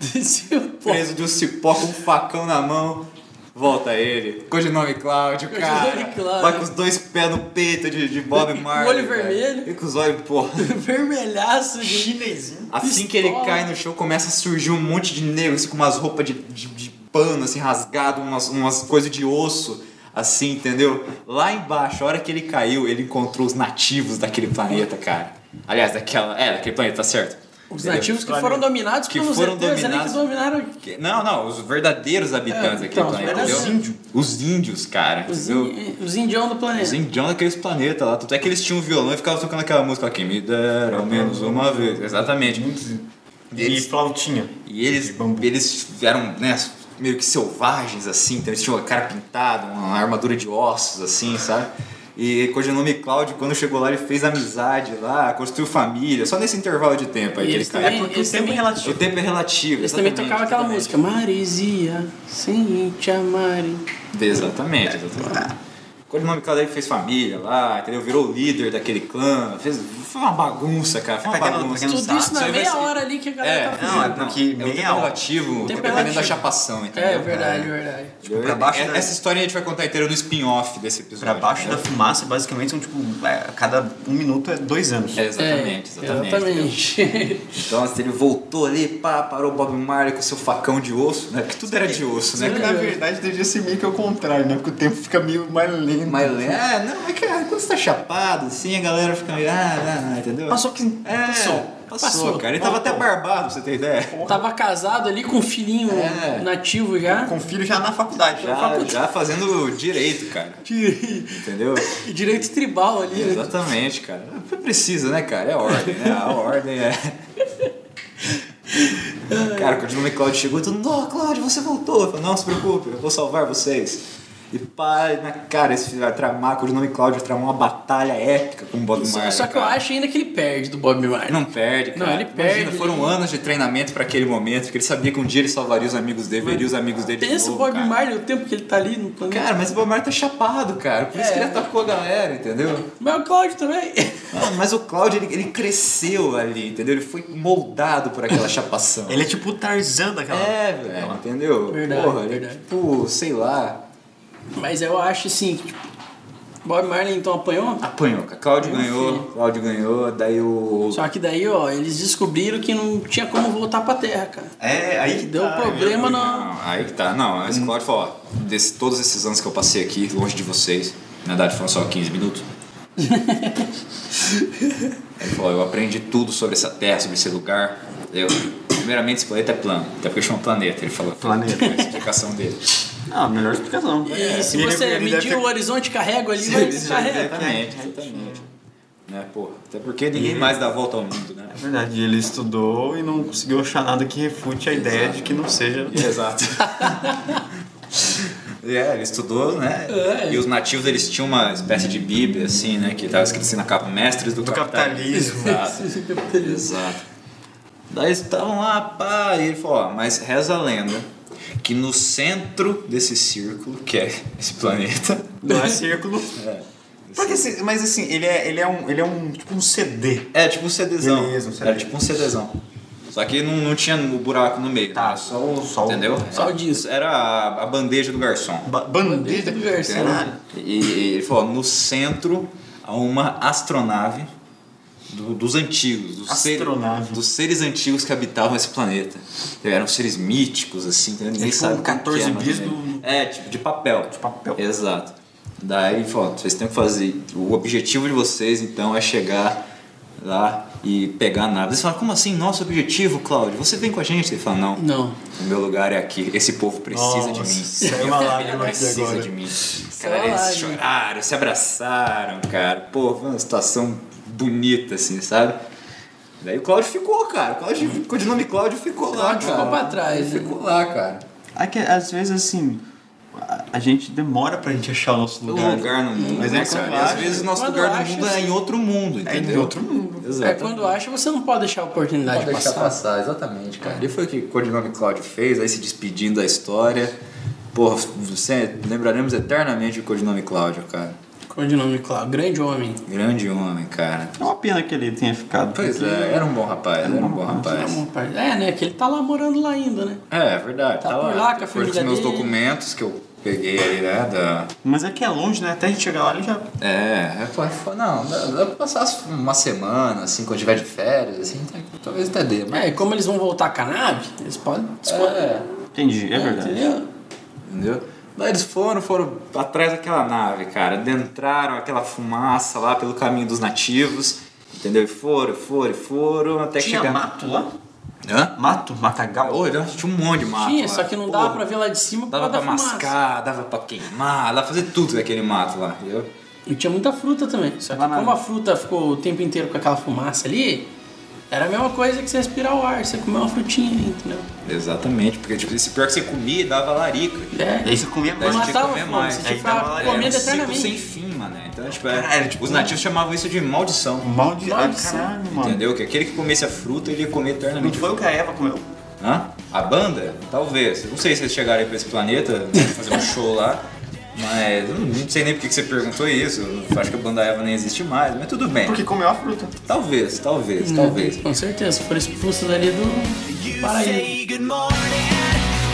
Speaker 2: Desceu o pó.
Speaker 1: preso de um cipó com um facão na mão. Volta ele. Codinome Cláudio,
Speaker 2: Codinome
Speaker 1: cara.
Speaker 2: Cláudio.
Speaker 1: Vai com os dois pés no peito de, de Bob
Speaker 2: o
Speaker 1: Marley.
Speaker 2: olho
Speaker 1: velho.
Speaker 2: vermelho.
Speaker 1: E com os olhos, porra.
Speaker 2: Vermelhaço de.
Speaker 3: Chinesinho.
Speaker 1: Assim que ele
Speaker 2: Pistola.
Speaker 1: cai no chão, começa a surgir um monte de negros assim, com umas roupas de, de, de pano, assim, rasgado, umas, umas coisas de osso, assim, entendeu? Lá embaixo, a hora que ele caiu, ele encontrou os nativos daquele planeta, cara. Aliás, daquela. É, daquele planeta, tá certo?
Speaker 2: Os
Speaker 1: Entendeu?
Speaker 2: nativos que
Speaker 3: Claro.
Speaker 2: foram dominados
Speaker 1: Que
Speaker 2: pelos
Speaker 1: foram
Speaker 2: ETs, ali que
Speaker 1: dominados-
Speaker 2: dominaram
Speaker 1: Que- Não, não, os verdadeiros habitantes
Speaker 2: É,
Speaker 1: daquele
Speaker 2: então, os
Speaker 1: planeta,
Speaker 2: verdadeiros.
Speaker 1: entendeu? Os índios, cara.
Speaker 2: os,
Speaker 1: entendeu?
Speaker 2: in- os indião do
Speaker 1: Os
Speaker 2: planeta.
Speaker 1: indianos daqueles planetas lá. Tanto é que eles tinham um violão e ficavam tocando aquela música lá, que me deram menos uma vez. Exatamente.
Speaker 3: E ele flautinha.
Speaker 1: E eles,
Speaker 3: De bambu.
Speaker 1: eles eram né, meio que selvagens, assim, então eles tinham a cara pintada, uma armadura de ossos, assim, sabe? E codinome Cláudio, quando chegou lá, ele fez amizade lá, construiu família, só nesse intervalo de tempo aí
Speaker 2: E
Speaker 1: que ele
Speaker 2: eles
Speaker 1: caiu.
Speaker 2: também-
Speaker 3: Porque
Speaker 2: eles
Speaker 3: o tempo é
Speaker 2: também-
Speaker 1: O
Speaker 3: relativo.
Speaker 1: tempo é relativo.
Speaker 2: Eles também
Speaker 1: exatamente,
Speaker 2: tocavam aquela
Speaker 1: exatamente.
Speaker 2: música, Maresia, sem te amarem.
Speaker 1: Exatamente, exatamente. Codinome Cláudio aí fez família lá, entendeu? Virou líder daquele clã, fez, foi uma bagunça, cara, foi uma
Speaker 3: Pra quem não- pra
Speaker 1: bagunça.
Speaker 3: quem não
Speaker 2: Tudo
Speaker 3: sabe,
Speaker 2: isso na
Speaker 1: aí vai
Speaker 2: meia
Speaker 1: ser-
Speaker 2: hora ali que a galera tá
Speaker 1: É,
Speaker 2: tava
Speaker 1: não, é
Speaker 3: Não,
Speaker 1: porque
Speaker 3: porque
Speaker 1: é o
Speaker 3: meia
Speaker 1: tempo
Speaker 3: hora.
Speaker 1: relativo,
Speaker 2: Tempo
Speaker 1: dependendo da
Speaker 2: relativo.
Speaker 1: chapação, entendeu?
Speaker 2: É verdade, verdade.
Speaker 1: Entendeu?
Speaker 3: pra baixo
Speaker 1: É-
Speaker 3: da-
Speaker 1: Essa história a gente vai contar inteira no spin-off desse episódio.
Speaker 3: Pra baixo da
Speaker 1: entendeu?
Speaker 3: fumaça, basicamente, são tipo, é, cada um minuto é dois anos.
Speaker 1: É, exatamente, exatamente. entendeu?
Speaker 2: exatamente.
Speaker 1: Então, assim, ele voltou ali, pá, parou o Bob Marley com seu facão de osso, né? Porque tudo era de osso, né,
Speaker 3: Só que,
Speaker 1: cara?
Speaker 3: na verdade, devia ser meio que ao contrário, né? Porque o tempo fica meio mais lento.
Speaker 1: Mas, é, não, é que ah, quando você tá chapado, assim, a galera fica meio, ah, ah, entendeu?
Speaker 3: Passou que...
Speaker 1: É,
Speaker 3: Passou.
Speaker 1: passou,
Speaker 2: Passou.
Speaker 1: cara. Ele tava até barbado, pra você ter ideia.
Speaker 2: Tava casado ali com um filhinho
Speaker 1: É.
Speaker 2: nativo já.
Speaker 3: Com o filho já na faculdade.
Speaker 1: Já, já fazendo direito, cara.
Speaker 2: Dire-
Speaker 1: Entendeu?
Speaker 2: Direito tribal ali, né?
Speaker 1: Exatamente, cara. Precisa, né, cara? É a ordem, né? A ordem é. Cara, quando o nome Cláudio chegou, todo mundo, ó, Cláudio, você voltou. Eu falei, não se preocupe, eu vou salvar vocês. E pai, na cara, esse filho vai tramar, Bruno e Cláudio tramar uma batalha épica com o Bob
Speaker 2: Só-
Speaker 1: Marley.
Speaker 2: Só que eu
Speaker 1: cara.
Speaker 2: acho ainda que ele perde do Bob Marley.
Speaker 1: Ele não perde, cara.
Speaker 2: Não, ele
Speaker 1: Imagina,
Speaker 2: perde,
Speaker 1: foram
Speaker 2: ele-
Speaker 1: anos de treinamento pra aquele momento, que ele sabia que um dia ele salvaria os amigos dele, veria os amigos dele de
Speaker 2: Pensa o
Speaker 1: novo,
Speaker 2: Bob
Speaker 1: cara.
Speaker 2: Marley, o tempo que ele tá ali no planeta.
Speaker 1: Cara, mas o Bob Marley tá chapado, cara. Por isso
Speaker 2: É.
Speaker 1: que ele atacou a galera, entendeu?
Speaker 2: Mas o Cláudio também.
Speaker 1: Ah, mas o Cláudio, ele, ele cresceu ali, entendeu? Ele foi moldado por aquela chapação.
Speaker 3: Ele é tipo o Tarzan daquela.
Speaker 1: É, velho, entendeu?
Speaker 2: Verdade,
Speaker 1: Porra, ele é
Speaker 2: verdade.
Speaker 1: tipo, sei lá,
Speaker 2: Mas eu acho assim, que, tipo, Bob Marley então apanhou?
Speaker 1: apanhou, cara. Cláudio
Speaker 2: Meu
Speaker 1: ganhou,
Speaker 2: filho.
Speaker 1: Cláudio ganhou, daí o...
Speaker 2: Só que daí, ó, eles descobriram que não tinha como voltar pra terra, cara.
Speaker 3: É, aí que
Speaker 2: Deu
Speaker 1: Ah,
Speaker 3: tá,
Speaker 2: problema
Speaker 3: meu.
Speaker 2: na.
Speaker 1: Não, aí que tá. Não, mas o Cláudio falou, ó, desse- todos esses anos que eu passei aqui, longe de vocês, na verdade foram só 15 minutos. Ele falou, eu aprendi tudo sobre essa terra, sobre esse lugar. Eu, primeiramente, esse planeta é plano, até porque chama planeta. Ele falou,
Speaker 3: Planeta.
Speaker 1: foi a explicação dele.
Speaker 3: Ah, melhor explicação.
Speaker 1: É,
Speaker 2: E se
Speaker 3: ele-
Speaker 2: você
Speaker 3: ele
Speaker 2: medir
Speaker 3: deve ter-
Speaker 2: o horizonte carrego ali,
Speaker 1: Sim,
Speaker 2: vai
Speaker 1: isso já-
Speaker 2: carrega.
Speaker 1: Exatamente, exatamente. Né, porra, até porque ninguém mais dá a volta ao mundo, né?
Speaker 3: É verdade, ele estudou e não conseguiu achar nada que refute a ideia de que não seja.
Speaker 1: Exato. É, ele estudou, né?
Speaker 2: É.
Speaker 1: E os nativos eles tinham uma espécie de bíblia, assim, né? Que tava escrito assim na capa, mestres do,
Speaker 3: Do capitalismo.
Speaker 1: Exato. Exato. Daí eles estavam lá, pá, e ele falou, ó, mas reza a lenda que no centro desse círculo, que é esse planeta.
Speaker 3: Não é círculo.
Speaker 1: É,
Speaker 3: Porque, assim, mas assim, ele é, ele é um. Ele é um tipo um CD.
Speaker 1: é tipo um CDzão.
Speaker 3: Beleza, um CD.
Speaker 1: Era tipo um CDzão. Só que não, não tinha o buraco no meio. né?
Speaker 3: Tá, só o sol.
Speaker 1: Entendeu?
Speaker 2: Só o disco.
Speaker 1: Era a- a bandeja do garçom.
Speaker 3: Ba bandeja.
Speaker 2: Bandeja do garçom.
Speaker 3: Caralho.
Speaker 1: E, e ele falou, no centro há uma astronave do- dos antigos, dos, ser-
Speaker 3: Astronave.
Speaker 1: dos seres antigos que habitavam esse planeta. Então, Eram seres míticos, assim, entendeu? ninguém
Speaker 3: tipo
Speaker 1: sabe.
Speaker 3: um
Speaker 1: o que que
Speaker 3: 14
Speaker 1: é, mais
Speaker 3: bis
Speaker 1: ou menos.
Speaker 3: do-
Speaker 1: É, tipo, de papel.
Speaker 3: De papel.
Speaker 1: Exato. Daí ele falou, vocês têm que fazer. O objetivo de vocês, então, é chegar lá e pegar a nave. Eles falam, como assim? Nosso objetivo, Cláudio? Você vem com a gente? Ele fala, não.
Speaker 2: Não.
Speaker 1: O meu lugar é aqui. Esse povo precisa de
Speaker 3: Nossa,
Speaker 1: mim.
Speaker 3: saiu uma lágrima aqui
Speaker 1: precisa
Speaker 3: agora.
Speaker 1: de mim.
Speaker 2: Saiu
Speaker 1: Cara,
Speaker 2: uma
Speaker 1: eles
Speaker 2: lágrima.
Speaker 1: choraram, se abraçaram, cara. Pô, foi uma situação bonita, assim, sabe? Daí o Cláudio ficou, cara. O Cláudio, o codinome Cláudio ficou lá,
Speaker 2: Cláudio
Speaker 1: cara.
Speaker 2: ficou pra trás,
Speaker 1: Ele
Speaker 2: né?
Speaker 1: Ficou lá, cara.
Speaker 3: É que às vezes assim. A, a gente demora pra gente achar o nosso lugar.
Speaker 1: Um lugar no mundo.
Speaker 3: Mas é
Speaker 1: né,
Speaker 3: quando
Speaker 1: cara? E
Speaker 3: acha-
Speaker 1: às vezes o nosso
Speaker 2: quando
Speaker 1: lugar no
Speaker 2: acha,
Speaker 1: mundo é em outro mundo,
Speaker 3: É
Speaker 1: entendeu?
Speaker 3: de outro mundo.
Speaker 1: Exato.
Speaker 2: É quando acha, você não pode deixar a oportunidade
Speaker 1: Pode deixar
Speaker 2: passar.
Speaker 1: passar, exatamente, cara. E foi o que o Codinome Cláudio fez, aí se despedindo da história. Porra, você- lembraremos eternamente o Codinome Cláudio, cara.
Speaker 2: Codinome Cláudio, grande homem.
Speaker 1: Grande homem, cara.
Speaker 3: É uma pena que ele tenha ficado.
Speaker 1: Pois
Speaker 3: porque-
Speaker 1: é, era um bom rapaz, era um bom rapaz.
Speaker 2: Tá bom, pai. É, né? Que ele tá lá morando lá ainda, né?
Speaker 1: É, verdade.
Speaker 2: Tá por lá com a
Speaker 1: Foi
Speaker 2: família
Speaker 1: os meus
Speaker 2: dele.
Speaker 1: documentos que eu peguei aí, né, da...
Speaker 3: Mas é que é longe, né? Até a gente chegar lá ele já.
Speaker 1: É, é, foi- foi- não, dá, dá pra passar as- uma semana, assim, quando tiver de férias, assim, tá- talvez até dê, mas...
Speaker 2: É, e como eles vão voltar com a nave, eles podem escolher.
Speaker 1: É,
Speaker 3: Entendi, é verdade.
Speaker 2: Entendeu?
Speaker 1: entendeu? Daí eles foram, foram atrás daquela nave, cara. Adentraram aquela fumaça lá pelo caminho dos nativos, entendeu? E foram, foram, foram, até que
Speaker 3: Tinha
Speaker 1: chegaram...
Speaker 3: mato lá?
Speaker 1: Hã?
Speaker 3: Mato? Matagal?
Speaker 1: Ô, tinha um monte de mato
Speaker 2: Tinha,
Speaker 1: lá.
Speaker 2: só que não
Speaker 1: Porra.
Speaker 2: dava pra ver lá de cima por
Speaker 1: Dava
Speaker 2: causa
Speaker 1: pra
Speaker 2: da fumaça.
Speaker 1: mascar, dava pra queimar, dava pra fazer tudo daquele mato lá, entendeu?
Speaker 2: E tinha muita fruta também. Só que
Speaker 3: Banana.
Speaker 2: como a fruta ficou o tempo inteiro com aquela fumaça ali, era a mesma coisa que você respirar o ar, você comer uma frutinha, entendeu?
Speaker 1: Exatamente, porque tipo, esse pior que você comia dava larica.
Speaker 3: E
Speaker 2: É.
Speaker 3: aí você comia
Speaker 1: Daí
Speaker 2: Não
Speaker 1: você
Speaker 3: mais.
Speaker 1: tinha que
Speaker 2: matava
Speaker 1: comer
Speaker 2: a fome,
Speaker 1: mais. né?
Speaker 2: você
Speaker 1: Aí
Speaker 2: tinha que ficar
Speaker 1: dava larica.
Speaker 2: comendo
Speaker 1: Era um ciclo
Speaker 2: eternamente.
Speaker 1: sem fim, mano. Então, tipo, era-
Speaker 3: Caralho, tipo,
Speaker 1: os nativos chamavam isso de maldição.
Speaker 3: Maldi... Ah,
Speaker 2: Maldição.
Speaker 3: caralho, mano.
Speaker 1: Entendeu? Que aquele que comesse a fruta, ele ia comer
Speaker 3: Não
Speaker 1: eternamente.
Speaker 3: foi o que a Eva comeu?
Speaker 1: Hã? A banda? Talvez. Não sei se eles chegaram aí pra esse planeta, né, fazer um show lá. Mas eu não não sei nem porque que você perguntou isso. Eu acho que a banda Eva nem existe mais, mas tudo bem.
Speaker 3: Porque comeu a fruta.
Speaker 1: Talvez, talvez,
Speaker 2: Não,
Speaker 1: talvez.
Speaker 2: Com certeza, foram expulsos ali do paraíso.
Speaker 4: Say good morning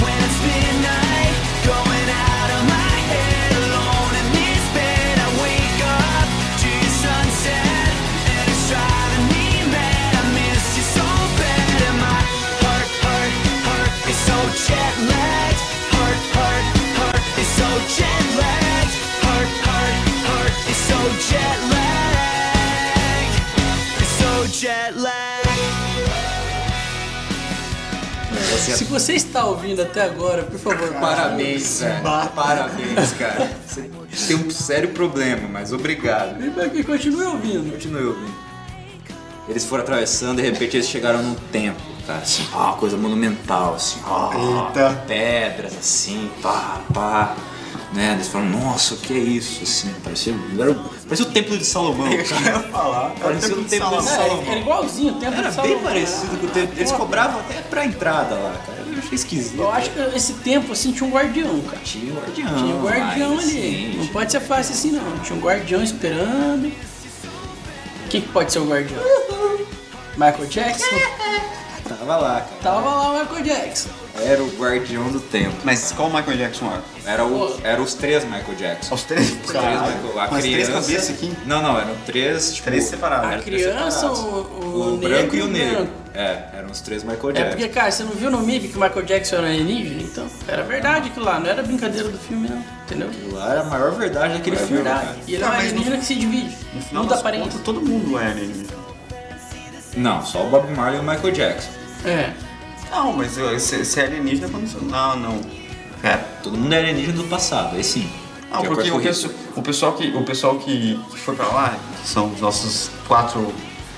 Speaker 4: when it's midnight. Going out of my head alone in this bed. I wake up to your sunset and it's driving me mad. I miss you so bad. And my heart, heart, heart is so jet lagged. Heart, heart, heart is so jet lagged. Heart, heart, heart is so jet lagged. It's so jet lagged.
Speaker 2: Se você está ouvindo até agora, por favor,
Speaker 1: Parabéns, velho.
Speaker 2: Bata.
Speaker 1: Parabéns, cara. Você tem um sério problema, mas obrigado.
Speaker 2: E pra que continue ouvindo.
Speaker 1: Continue ouvindo. Eles foram atravessando, de repente eles chegaram num templo, cara, assim, pá, uma coisa monumental, assim, ó,
Speaker 3: Eita.
Speaker 1: pedras, assim, pá, pá. né? Eles falam, nossa, o que é isso? Assim, parecia, era, parecia o templo de Salomão.
Speaker 3: ia falar. um
Speaker 1: Parecia um o templo de
Speaker 2: Cara,
Speaker 1: Salomão.
Speaker 2: era igualzinho, o tempo
Speaker 1: Era
Speaker 2: de Salomão. né?
Speaker 1: bem parecido com o templo. Eles cobravam até pra entrada lá, cara. Eu achei esquisito.
Speaker 2: Eu acho que esse tempo assim tinha um guardião, cara.
Speaker 1: Tinha um guardião.
Speaker 2: Tinha um guardião
Speaker 1: mas,
Speaker 2: ali.
Speaker 1: assim,
Speaker 2: não pode ser fácil assim não. Tinha um guardião esperando. Quem que pode ser o guardião? Michael Jackson?
Speaker 1: Tava lá, cara.
Speaker 2: Tava lá o Michael Jackson.
Speaker 1: Era o guardião do templo.
Speaker 5: Mas qual o Michael Jackson
Speaker 3: é?
Speaker 5: era?
Speaker 1: Era, o, era os três Michael Jackson.
Speaker 5: Aos três?
Speaker 1: Os três Michael, a
Speaker 5: Com as três
Speaker 1: criança...
Speaker 5: cabeças aqui?
Speaker 1: Não, não, eram três, tipo...
Speaker 3: Três separados.
Speaker 1: eram
Speaker 2: A
Speaker 1: três
Speaker 2: criança,
Speaker 1: separados.
Speaker 2: o,
Speaker 1: O,
Speaker 2: o,
Speaker 1: branco e o negro.
Speaker 2: branco.
Speaker 1: É, eram os três Michael
Speaker 2: É
Speaker 1: Jackson.
Speaker 2: porque, cara, você não viu no MIB que o Michael Jackson era alienígena? Então, era verdade aquilo lá, não era brincadeira do filme, não. Entendeu?
Speaker 1: Aquilo lá era a maior verdade daquele
Speaker 2: Era
Speaker 1: filme,
Speaker 2: verdade.
Speaker 1: cara.
Speaker 2: E ele é um
Speaker 3: Tá, mas no-
Speaker 2: alienígena que se divide.
Speaker 3: No
Speaker 2: Muda
Speaker 3: final
Speaker 2: a
Speaker 3: das
Speaker 2: aparência.
Speaker 3: contas, todo mundo é alienígena.
Speaker 1: Não, só o Bob Marley e o Michael Jackson.
Speaker 2: É.
Speaker 3: Não, mas eu- se se é alienígena quando... você- Não, não. Cara,
Speaker 1: Todo mundo é alienígena do passado, aí sim.
Speaker 3: Não,
Speaker 1: De
Speaker 3: Ah, porque
Speaker 1: acordo com
Speaker 3: o,
Speaker 1: o
Speaker 3: pesso-
Speaker 1: Hitler.
Speaker 3: o pessoal, que, o pessoal que, que foi pra lá, que são os nossos quatro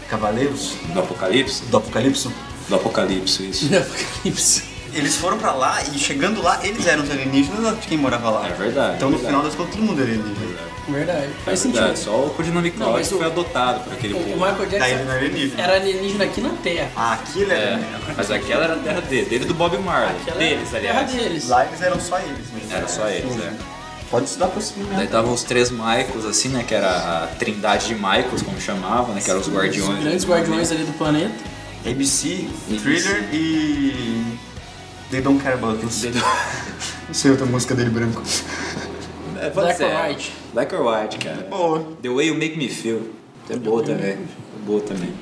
Speaker 3: cavaleiros
Speaker 1: Do Apocalipse?
Speaker 3: do Apocalipse,
Speaker 1: Do Apocalipse, isso.
Speaker 2: Do Apocalipse.
Speaker 3: eles foram pra lá e chegando lá, eles eram os alienígenas de quem morava lá.
Speaker 1: É verdade,
Speaker 3: Então no
Speaker 1: é verdade.
Speaker 3: final das contas, todo mundo é alienígena.
Speaker 2: Verdade. Faz
Speaker 1: É verdade,
Speaker 2: sentido.
Speaker 1: Só o Codinome
Speaker 2: Não,
Speaker 1: Cloud
Speaker 2: mas
Speaker 1: foi
Speaker 2: o-
Speaker 1: adotado por aquele
Speaker 2: O o
Speaker 1: povo.
Speaker 2: Michael
Speaker 3: Daí ele não é
Speaker 2: Jackson
Speaker 3: alienígena.
Speaker 2: era alienígena aqui na Terra.
Speaker 3: Ah, aquilo
Speaker 1: É,
Speaker 3: era.
Speaker 1: mas aquela era a terra dele, dele e do Bob Marley.
Speaker 2: Aquela
Speaker 1: deles,
Speaker 2: era a
Speaker 1: aliás.
Speaker 2: terra deles.
Speaker 3: Lá eles eram só eles mesmo.
Speaker 1: Era só eles, é.
Speaker 3: Pode estudar pra cima né?
Speaker 1: Daí
Speaker 3: mesmo.
Speaker 1: estavam os três Michaels, assim, né? Que era a trindade de Michaels, como chamava, né? Que eram os guardiões.
Speaker 2: Os grandes guardiões ali do planeta.
Speaker 3: ABC, Thriller e. They Don't Care About Us. Não sei outra música dele branco.
Speaker 1: É, pode
Speaker 2: Black
Speaker 1: ser.
Speaker 2: or White.
Speaker 1: Black or White, cara.
Speaker 3: Boa.
Speaker 1: The Way You Make Me Feel. É boa também. É boa também.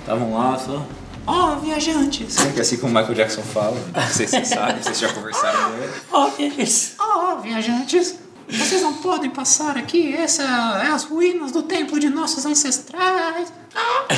Speaker 1: Estavam lá, só. Ó, viajantes! Sabe que é assim como o Michael Jackson fala? Não sei se vocês sabem, vocês já conversaram com ele.
Speaker 2: Ó, que é isso.
Speaker 1: Ó, viajantes! Vocês não podem passar aqui, essa é as ruínas do templo de nossos ancestrais. Ah,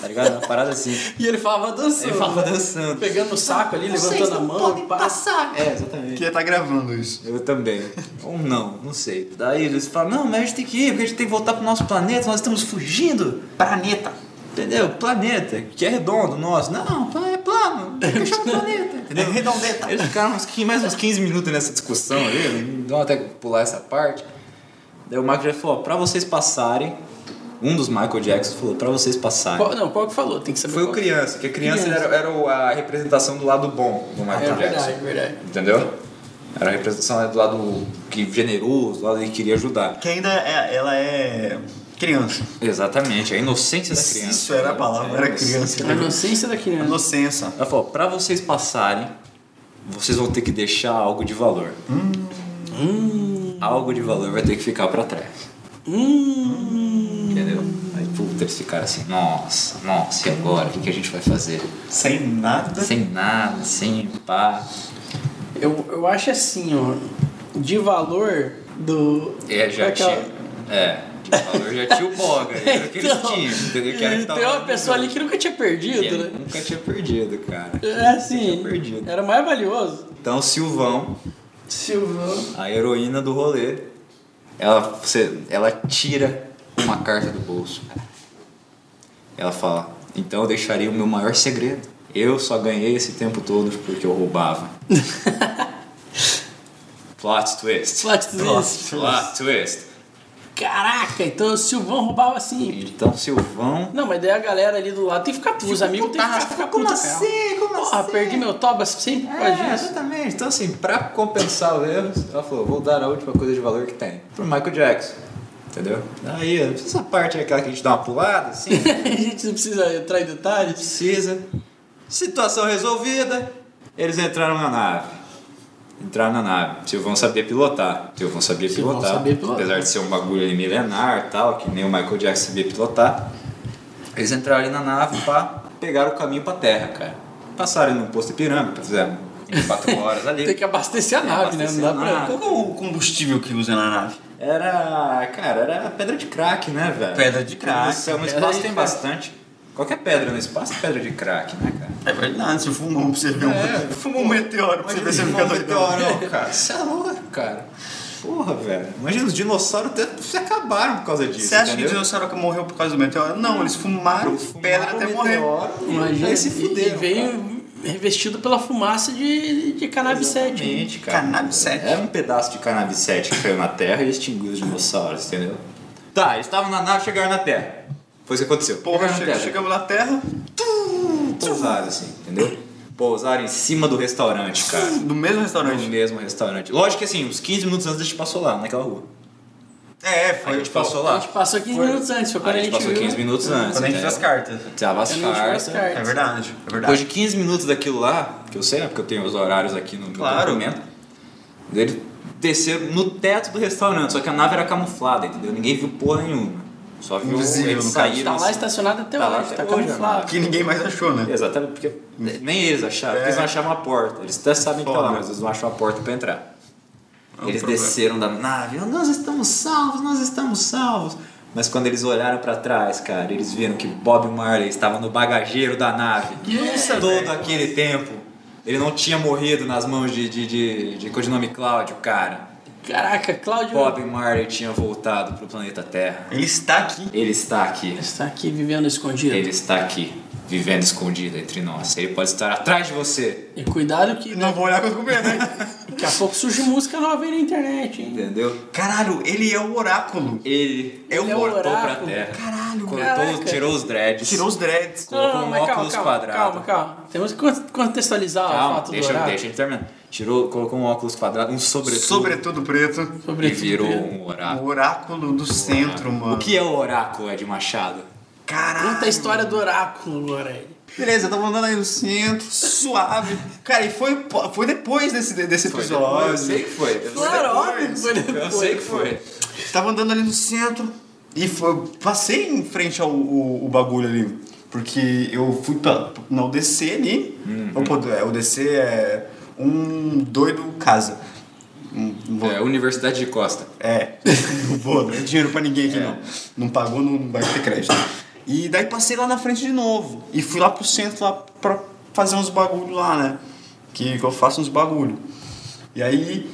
Speaker 1: tá ligado? Uma parada assim.
Speaker 2: E ele falava dançando.
Speaker 1: Ele falava
Speaker 2: né?
Speaker 1: dançando.
Speaker 2: Pegando o saco ali, levantando a mão. pá.
Speaker 1: É, exatamente.
Speaker 3: Que ia tá gravando isso.
Speaker 1: Eu também. Ou não, não sei. Daí eles falam, não, mas a gente tem que ir, porque a gente tem que voltar pro nosso planeta, nós estamos fugindo.
Speaker 3: Planeta.
Speaker 1: Entendeu? Planeta, que é redondo, nosso. Não, pla- é plano, porque chama planeta. Entendeu? É redondeta. Eles ficaram uns, qui- mais uns 15 minutos nessa discussão ali, vão até pular essa parte. Daí o Michael Jackson falou, ó, pra vocês passarem, um dos Michael Jackson falou, pra vocês passarem.
Speaker 2: Qual- não, qual que falou? Tem que saber
Speaker 1: Foi o
Speaker 2: qual.
Speaker 1: criança, que a criança,
Speaker 2: Criança.
Speaker 1: Era, era o- a representação do lado bom do
Speaker 2: É
Speaker 1: Michael Jackson.
Speaker 2: verdade, verdade.
Speaker 1: Entendeu? Era a representação do lado que generoso, do lado que queria ajudar.
Speaker 3: Que ainda é, ela é criança.
Speaker 1: Exatamente, a inocência da criança.
Speaker 3: Isso era a palavra, era é criança.
Speaker 2: É A inocência né? da criança.
Speaker 3: Inocência.
Speaker 1: Ela falou, pra vocês passarem, vocês vão ter que deixar algo de valor. Hum. Algo de valor vai ter que ficar pra trás.
Speaker 2: Hum.
Speaker 1: Entendeu? Aí, puta, eles ficaram assim, nossa, nossa, e agora? O que, que a gente vai fazer?
Speaker 3: Sem nada.
Speaker 1: Sem nada, sem pá.
Speaker 2: Eu, eu acho assim, ó. De valor do.
Speaker 1: É, já
Speaker 2: daquela-
Speaker 1: tinha. É, de valor já tinha o Boga, era o que eles
Speaker 2: Então,
Speaker 1: tinham, entendeu? Que era que tava
Speaker 2: Tem uma pessoa ali que nunca tinha
Speaker 1: que
Speaker 2: perdido,
Speaker 1: ele
Speaker 2: né?
Speaker 1: nunca tinha perdido, cara.
Speaker 2: É assim,
Speaker 1: Nunca tinha perdido.
Speaker 2: era mais valioso.
Speaker 1: Então, Silvão,
Speaker 2: Silvão.
Speaker 1: a heroína do rolê, ela, você, ela tira uma carta do bolso. cara. Ela fala: Então eu deixaria o meu maior segredo. Eu só ganhei esse tempo todo porque eu roubava. Plot twist.
Speaker 2: Plot twist.
Speaker 1: Plot twist.
Speaker 2: Caraca, então o Silvão roubava assim.
Speaker 1: Então, Silvão.
Speaker 2: Não, mas daí a galera ali do lado tem que ficar puto, os amigos tem que ficar, ficar puto com ela.
Speaker 1: Como assim?
Speaker 2: Porra, perdi meu toba sempre por causa
Speaker 1: É,
Speaker 2: disso.
Speaker 1: exatamente. Então, assim, pra compensar os erros, ela falou: vou dar a última coisa de valor que tem pro Michael Jackson. Entendeu? Aí, essa parte é aquela que a gente dá uma pulada, assim,
Speaker 2: a gente não precisa entrar em detalhes.
Speaker 1: precisa. Situação resolvida, eles entraram na nave. Entraram na nave. Silvão sabia pilotar. Silvão sabia
Speaker 2: Silvão
Speaker 1: pilotar.
Speaker 2: sabia pilotar.
Speaker 1: Apesar de ser um bagulho ali milenar tal, que nem o Michael Jackson sabia pilotar. Eles entraram ali na nave pra pegar o caminho pra terra, cara. Passaram ali no posto Ipiranga, fizeram 24 horas ali.
Speaker 2: Tem que abastecer a
Speaker 1: Tem que
Speaker 2: nave, né? Não
Speaker 1: abastecer
Speaker 2: dá
Speaker 1: a
Speaker 2: pra.
Speaker 1: nave.
Speaker 3: Qual que é o combustível que usa na nave?
Speaker 1: Era. Cara, era pedra de crack, né, velho?
Speaker 3: Pedra de crack.
Speaker 1: Nossa, No
Speaker 2: Pedra
Speaker 1: espaço
Speaker 2: de
Speaker 1: tem
Speaker 2: crack.
Speaker 1: bastante. Qualquer pedra no espaço é pedra de crack, né, cara?
Speaker 3: É verdade, você fumou pra você ver um.
Speaker 1: É,
Speaker 3: fumou um meteoro pra você um ver se fica doidão.
Speaker 1: meteoro, um cara. Você é louco, cara. Porra, velho. Imagina, os dinossauros até se acabaram por causa disso.
Speaker 3: Você acha que o
Speaker 1: entendeu?
Speaker 3: dinossauro que morreu por causa do meteoro? Não, eles fumaram,
Speaker 1: Fumaram
Speaker 3: pedra
Speaker 1: o
Speaker 3: até
Speaker 1: meteoro
Speaker 3: morrer.
Speaker 1: e-
Speaker 2: Imagina.
Speaker 1: Aí se
Speaker 2: e-
Speaker 1: fuderam.
Speaker 2: E veio revestido pela fumaça de, de cannabis né? 7.
Speaker 1: Exatamente, cara.
Speaker 3: Cannabis 7.
Speaker 1: É um pedaço de cannabis 7 que caiu na Terra e extinguiu os dinossauros, entendeu? Tá, eles estavam na nave e chegaram na Terra. Foi isso que aconteceu.
Speaker 3: Porra,
Speaker 1: chegaram na
Speaker 3: che-
Speaker 1: Terra.
Speaker 3: chegamos na Terra,
Speaker 1: Pousaram, assim, entendeu? Pousaram em cima do restaurante, cara.
Speaker 3: do mesmo
Speaker 1: No
Speaker 3: restaurante.
Speaker 1: mesmo restaurante. Lógico que assim, uns 15 minutos antes a gente passou lá, naquela rua.
Speaker 3: É,
Speaker 1: A
Speaker 3: foi.
Speaker 1: gente passou lá.
Speaker 2: A gente passou 15 minutos antes, foi um.
Speaker 1: A
Speaker 2: quando
Speaker 1: gente passou 15 minutos antes.
Speaker 3: Quando a gente
Speaker 1: entendeu?
Speaker 3: fez as cartas.
Speaker 1: Tava as
Speaker 2: minutos.
Speaker 1: cartas.
Speaker 3: É verdade, é
Speaker 1: Depois
Speaker 3: verdade.
Speaker 1: de 15 minutos daquilo lá, que eu sei, né? Porque eu tenho os horários aqui no meu
Speaker 3: Claro.
Speaker 1: documento. Eles desceram no teto do restaurante, só que a nave era camuflada, entendeu? Ninguém viu porra nenhuma. Só viu
Speaker 3: Invisível,
Speaker 1: eles
Speaker 3: no caso.
Speaker 1: saíram.
Speaker 2: Tá lá
Speaker 1: assim.
Speaker 2: estacionado até
Speaker 1: Tá lá
Speaker 2: hoje,
Speaker 1: até
Speaker 2: tá
Speaker 1: hoje,
Speaker 2: camuflado.
Speaker 3: Que ninguém mais achou, né?
Speaker 1: Exatamente, porque nem eles acharam, porque
Speaker 3: É.
Speaker 1: eles não achavam a porta. Eles até sabem que tá lá,
Speaker 3: Foda.
Speaker 1: mas eles não acham a porta pra entrar.
Speaker 3: um
Speaker 1: eles
Speaker 3: problema.
Speaker 1: desceram da nave, "Oh, nós estamos salvos, nós estamos salvos. Mas quando eles olharam pra trás, cara, eles viram que Bob Marley estava no bagageiro da nave.
Speaker 3: Nossa,
Speaker 1: Todo
Speaker 3: velho.
Speaker 1: aquele tempo. Ele não tinha morrido nas mãos de, de, de, de codinome Cláudio, cara.
Speaker 2: Caraca, Cláudio
Speaker 1: Bob Marley tinha voltado pro planeta Terra.
Speaker 3: Ele está aqui.
Speaker 1: Ele está aqui.
Speaker 2: está tá aqui vivendo escondido.
Speaker 1: Ele está aqui, vivendo escondido entre nós. Ele pode estar atrás de você,
Speaker 2: E cuidado que
Speaker 3: Não vou olhar com né? os governos, hein?
Speaker 2: daqui a pouco surge música nova aí na internet, hein?
Speaker 1: entendeu?
Speaker 3: Caralho, ele é o oráculo.
Speaker 1: Ele,
Speaker 2: Ele é o
Speaker 1: voltou pra
Speaker 2: oráculo.
Speaker 1: Terra.
Speaker 3: Caralho,
Speaker 1: Cortou,
Speaker 2: caraca.
Speaker 1: tirou os dreads.
Speaker 3: Tirou os dreads.
Speaker 1: Colocou um óculos quadrado.
Speaker 2: calma, calma. Temos que con- contextualizar o
Speaker 1: Calma,
Speaker 2: fato do
Speaker 1: deixa,
Speaker 2: horário.
Speaker 1: deixa ele terminar. Tirou, colocou um óculos quadrado, um sobretudo,
Speaker 3: Sobretudo preto.
Speaker 1: e
Speaker 2: Sobretudo
Speaker 1: virou
Speaker 2: dele.
Speaker 1: um oráculo.
Speaker 3: O oráculo do centro, mano.
Speaker 1: O que é o oráculo, Ed Machado?
Speaker 3: Caralho.
Speaker 2: Conta a história do oráculo, Lorelli.
Speaker 3: Beleza, tava andando aí no centro, suave. Cara, e foi, po- foi depois desse, desse episódio.
Speaker 1: Eu sei que foi. Eu
Speaker 2: Claro, óbvio que foi
Speaker 1: sei- eu
Speaker 2: depois.
Speaker 1: sei que foi.
Speaker 3: Tava andando ali no centro e foi- passei em frente ao, o- o bagulho ali. Porque eu fui pra, na UDC ali. Ou pô, é, UDC é um doido casa. Um, um
Speaker 1: É, Universidade de Costa.
Speaker 3: É, não vou, não é dinheiro pra ninguém aqui não. Não pagou, não não vai ter crédito. E daí passei lá na frente de novo. E fui lá pro centro lá pra fazer uns bagulho lá, né? Que, que eu faço uns bagulho. E aí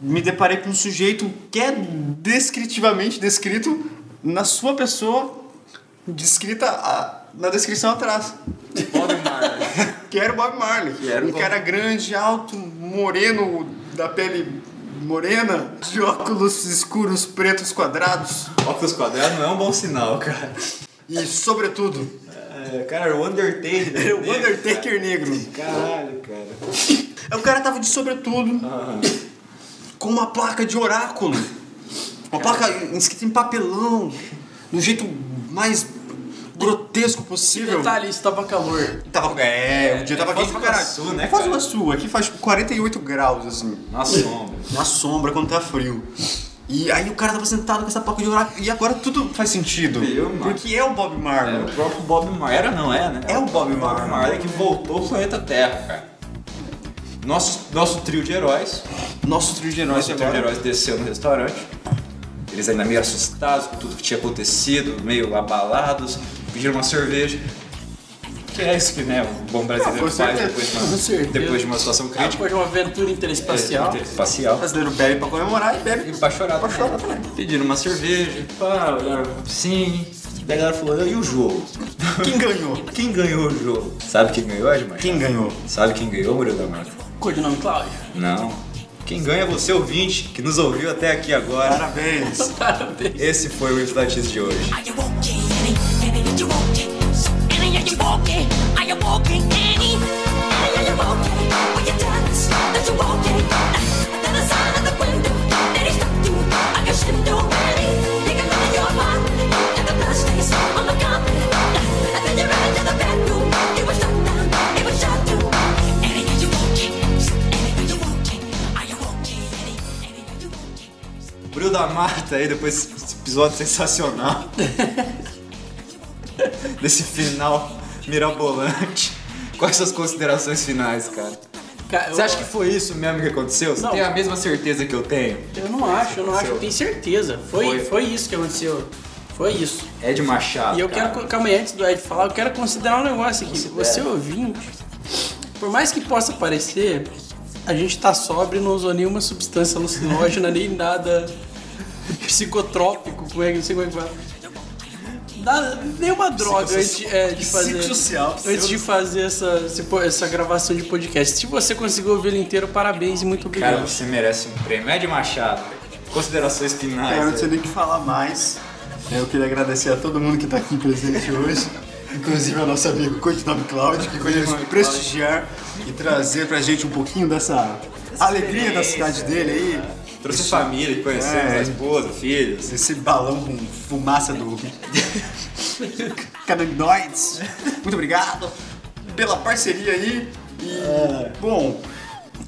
Speaker 3: me deparei com um sujeito que é descritivamente descrito na sua pessoa, descrita a- na descrição atrás.
Speaker 1: Bob Marley.
Speaker 3: Que era o Bob Marley.
Speaker 1: Que era o
Speaker 3: um
Speaker 1: Bob-
Speaker 3: cara grande, alto, moreno, da pele morena, de óculos escuros, pretos, quadrados
Speaker 1: Óculos quadrados não é um bom sinal, cara.
Speaker 3: e, sobretudo,
Speaker 1: É, cara, o Undertaker.
Speaker 3: era o Undertaker negro.
Speaker 1: Caralho, cara.
Speaker 3: Aí O cara tava de sobretudo, com uma placa de oráculo. Uma placa escrita em papelão, do jeito mais grotesco possível.
Speaker 2: Detalhe, isso tava calor.
Speaker 3: Tava, é, um dia
Speaker 1: é
Speaker 3: tava
Speaker 1: Foz
Speaker 3: quente
Speaker 1: do
Speaker 3: pra caralho.
Speaker 1: Iguaçu, né,
Speaker 3: Foz do
Speaker 1: cara?
Speaker 3: Iguaçu, aqui faz tipo, 48 graus, assim.
Speaker 1: Na sombra.
Speaker 3: na sombra quando tá frio. E aí o cara tava sentado com essa placa de oráculo. E agora tudo faz sentido.
Speaker 1: Viu, mano?
Speaker 3: porque é o Bob
Speaker 1: É
Speaker 3: Marley.
Speaker 1: o próprio Bob Marley. Era, não é, né?
Speaker 3: É o Bob Marley.
Speaker 1: Bob Marley que voltou pro planeta Terra, cara. Nosso, nosso trio de heróis.
Speaker 3: Nosso trio de heróis
Speaker 1: É. Nosso trio de
Speaker 3: agora.
Speaker 1: heróis desceu no restaurante. Eles ainda meio assustados com tudo que tinha acontecido, meio abalados, pediram uma cerveja. Que é isso que né, o bom brasileiro
Speaker 3: Ah, com
Speaker 1: faz
Speaker 3: certeza. Ah,
Speaker 1: depois de,
Speaker 2: Com
Speaker 1: uma,
Speaker 2: certeza.
Speaker 1: depois de uma situação crítica.
Speaker 2: Depois de uma aventura interespacial.
Speaker 1: É, Espacial.
Speaker 3: O brasileiro bebe pra comemorar e bebe
Speaker 1: E pra chorar.
Speaker 3: pra
Speaker 1: também.
Speaker 3: chorar também.
Speaker 1: Pediram né? uma cerveja, pá, olharam sim. Daí a galera falou, e o jogo?
Speaker 3: Quem ganhou?
Speaker 1: Quem ganhou o jogo? Sabe quem ganhou, Edmar?
Speaker 3: Quem ganhou?
Speaker 1: Sabe quem ganhou, Murilo Amaro?
Speaker 2: Codinome Cláudio.
Speaker 1: Não. Quem ganha é você, ouvinte, que nos ouviu até aqui agora.
Speaker 3: Parabéns.
Speaker 2: Parabéns.
Speaker 1: Esse foi o Inflatis de hoje.
Speaker 5: Are you walking, Annie? Annie, are you walking? Annie, are you walking? Are you walking, Annie? Annie, are you walking? Will you tell us that you're walking? Then a sign at the window that he stuck to a crescendo, Annie. Take a look at your mind and the blood stains on the carpet. And then you ran into the bedroom. It was shut down. It was shut down. Annie, are you walking? Annie, are you walking? Are you walking, Annie? Annie, are you walking?
Speaker 1: Bril da Mata aí, depois desse episódio sensacional. desse final mirabolante. Quais suas considerações finais, cara?
Speaker 2: Cara, eu-
Speaker 1: Você acha que foi isso mesmo que aconteceu? Você
Speaker 2: Não.
Speaker 1: tem a mesma certeza que eu tenho?
Speaker 2: Eu não acho, eu não acho, eu tenho certeza. Foi,
Speaker 1: Foi.
Speaker 2: foi isso que aconteceu. Foi isso.
Speaker 1: Ed Machado.
Speaker 2: E eu
Speaker 1: cara.
Speaker 2: quero, co- calma aí, antes do Ed falar, eu quero considerar um negócio aqui. Você ouvinte, por mais que possa parecer, a gente tá sóbrio, não usou nenhuma substância alucinógena, nem nada psicotrópico, como é que não sei como é que fala. nada, nenhuma droga antes de- é, de fazer.
Speaker 3: Psicossocial,
Speaker 2: antes de fazer essa, esse po- essa gravação de podcast. Se você conseguiu ouvir ele inteiro, parabéns e muito obrigado.
Speaker 1: Cara, você merece um prêmio. Ed Machado, considerações finais.
Speaker 3: Cara, eu não
Speaker 1: né?
Speaker 3: sei nem o que falar mais. Eu queria agradecer a todo mundo que tá aqui presente hoje. Inclusive ao nosso amigo Codinome Cláudio, que veio nos prestigiar e trazer pra gente um pouquinho dessa alegria da cidade dele aí.
Speaker 1: Trouxe família que conhecemos,
Speaker 3: É.
Speaker 1: a esposa, filhos.
Speaker 3: Esse balão com fumaça do canabinoides. Muito obrigado pela parceria aí. E,
Speaker 1: É.
Speaker 3: bom,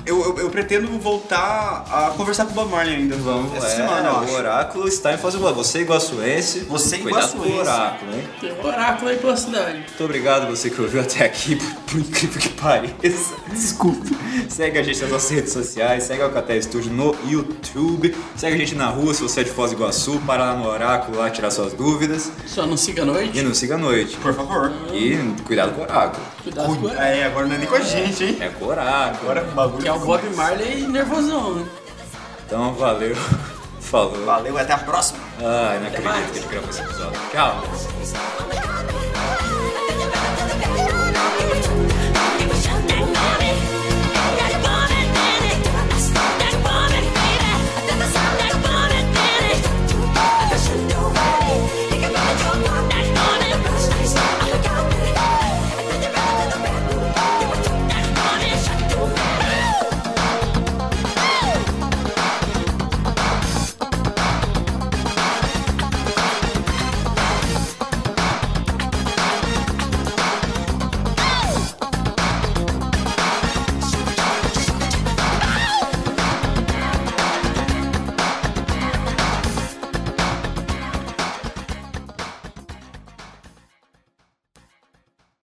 Speaker 3: eu, eu- eu pretendo voltar a conversar com o Bob Marley ainda.
Speaker 1: Vamos,
Speaker 3: essa
Speaker 1: é,
Speaker 3: semana, eu
Speaker 1: o
Speaker 3: acho.
Speaker 1: oráculo está em fazer uma. Você é iguaçuense.
Speaker 3: Você
Speaker 1: Cuidado com o
Speaker 3: iguaçuense.
Speaker 1: oráculo, hein?
Speaker 2: Tem um oráculo aí pela cidade.
Speaker 1: Muito obrigado você que ouviu até aqui, por, por incrível que pareça. Desculpa. Segue a gente nas nossas redes sociais, segue o Alcatel Studio no YouTube, segue a gente na rua se você é de Foz do Iguaçu, para lá no oráculo lá tirar suas dúvidas
Speaker 2: Só não siga à noite.
Speaker 1: e não siga à noite.
Speaker 3: Por favor.
Speaker 1: E cuidado com o oráculo.
Speaker 2: Cuidado com ele.
Speaker 3: Aí, agora não é nem com a gente, hein?
Speaker 1: É com o oráculo.
Speaker 3: Agora o bagulho.
Speaker 2: Que é o
Speaker 3: fica
Speaker 2: Bob
Speaker 3: mais-
Speaker 2: Marley nervosão, né?
Speaker 1: Então valeu. Falou. Ah,
Speaker 3: Valeu, até a próxima.
Speaker 1: Ai, não acredito que ele gravou esse episódio. Tchau.
Speaker 5: Tchau.